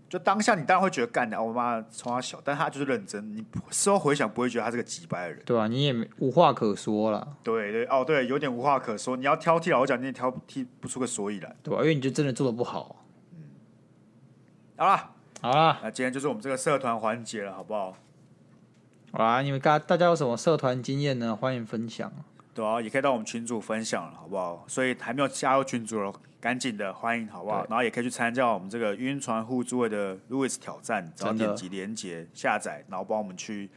就当下你当然会觉得干的，啊我妈从他小，但他就是认真，你事后回想不会觉得他是个急掰的人。对啊，你也没无话可说了，对对哦对，有点无话可说，你要挑剔老实讲，你也挑剔不出个所以来。对吧、因为你就真的做的不好。好啦，好啦，那今天就是我们这个社团环节了，好不好？好啦，你们大大家有什么社团经验呢？欢迎分享。对啊，也可以到我们群组分享了，好不好？所以还没有加入群组了，赶紧的欢迎，好不好？对然后也可以去参加我们这个晕船互助会的 Louis 挑战，只要真的点击连接下载，然后帮我们去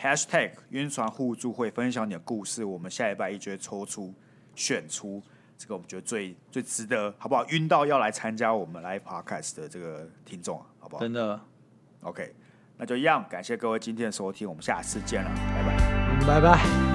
Hashtag 晕船互助会分享你的故事，我们下礼拜一就会抽出选出这个我们觉得最最值得，好不好？晕到要来参加我们 Live Podcast 的这个听众，啊好不好真的， ？OK，那就一样，感谢各位今天的收听，我们下次见了，拜拜。嗯拜拜。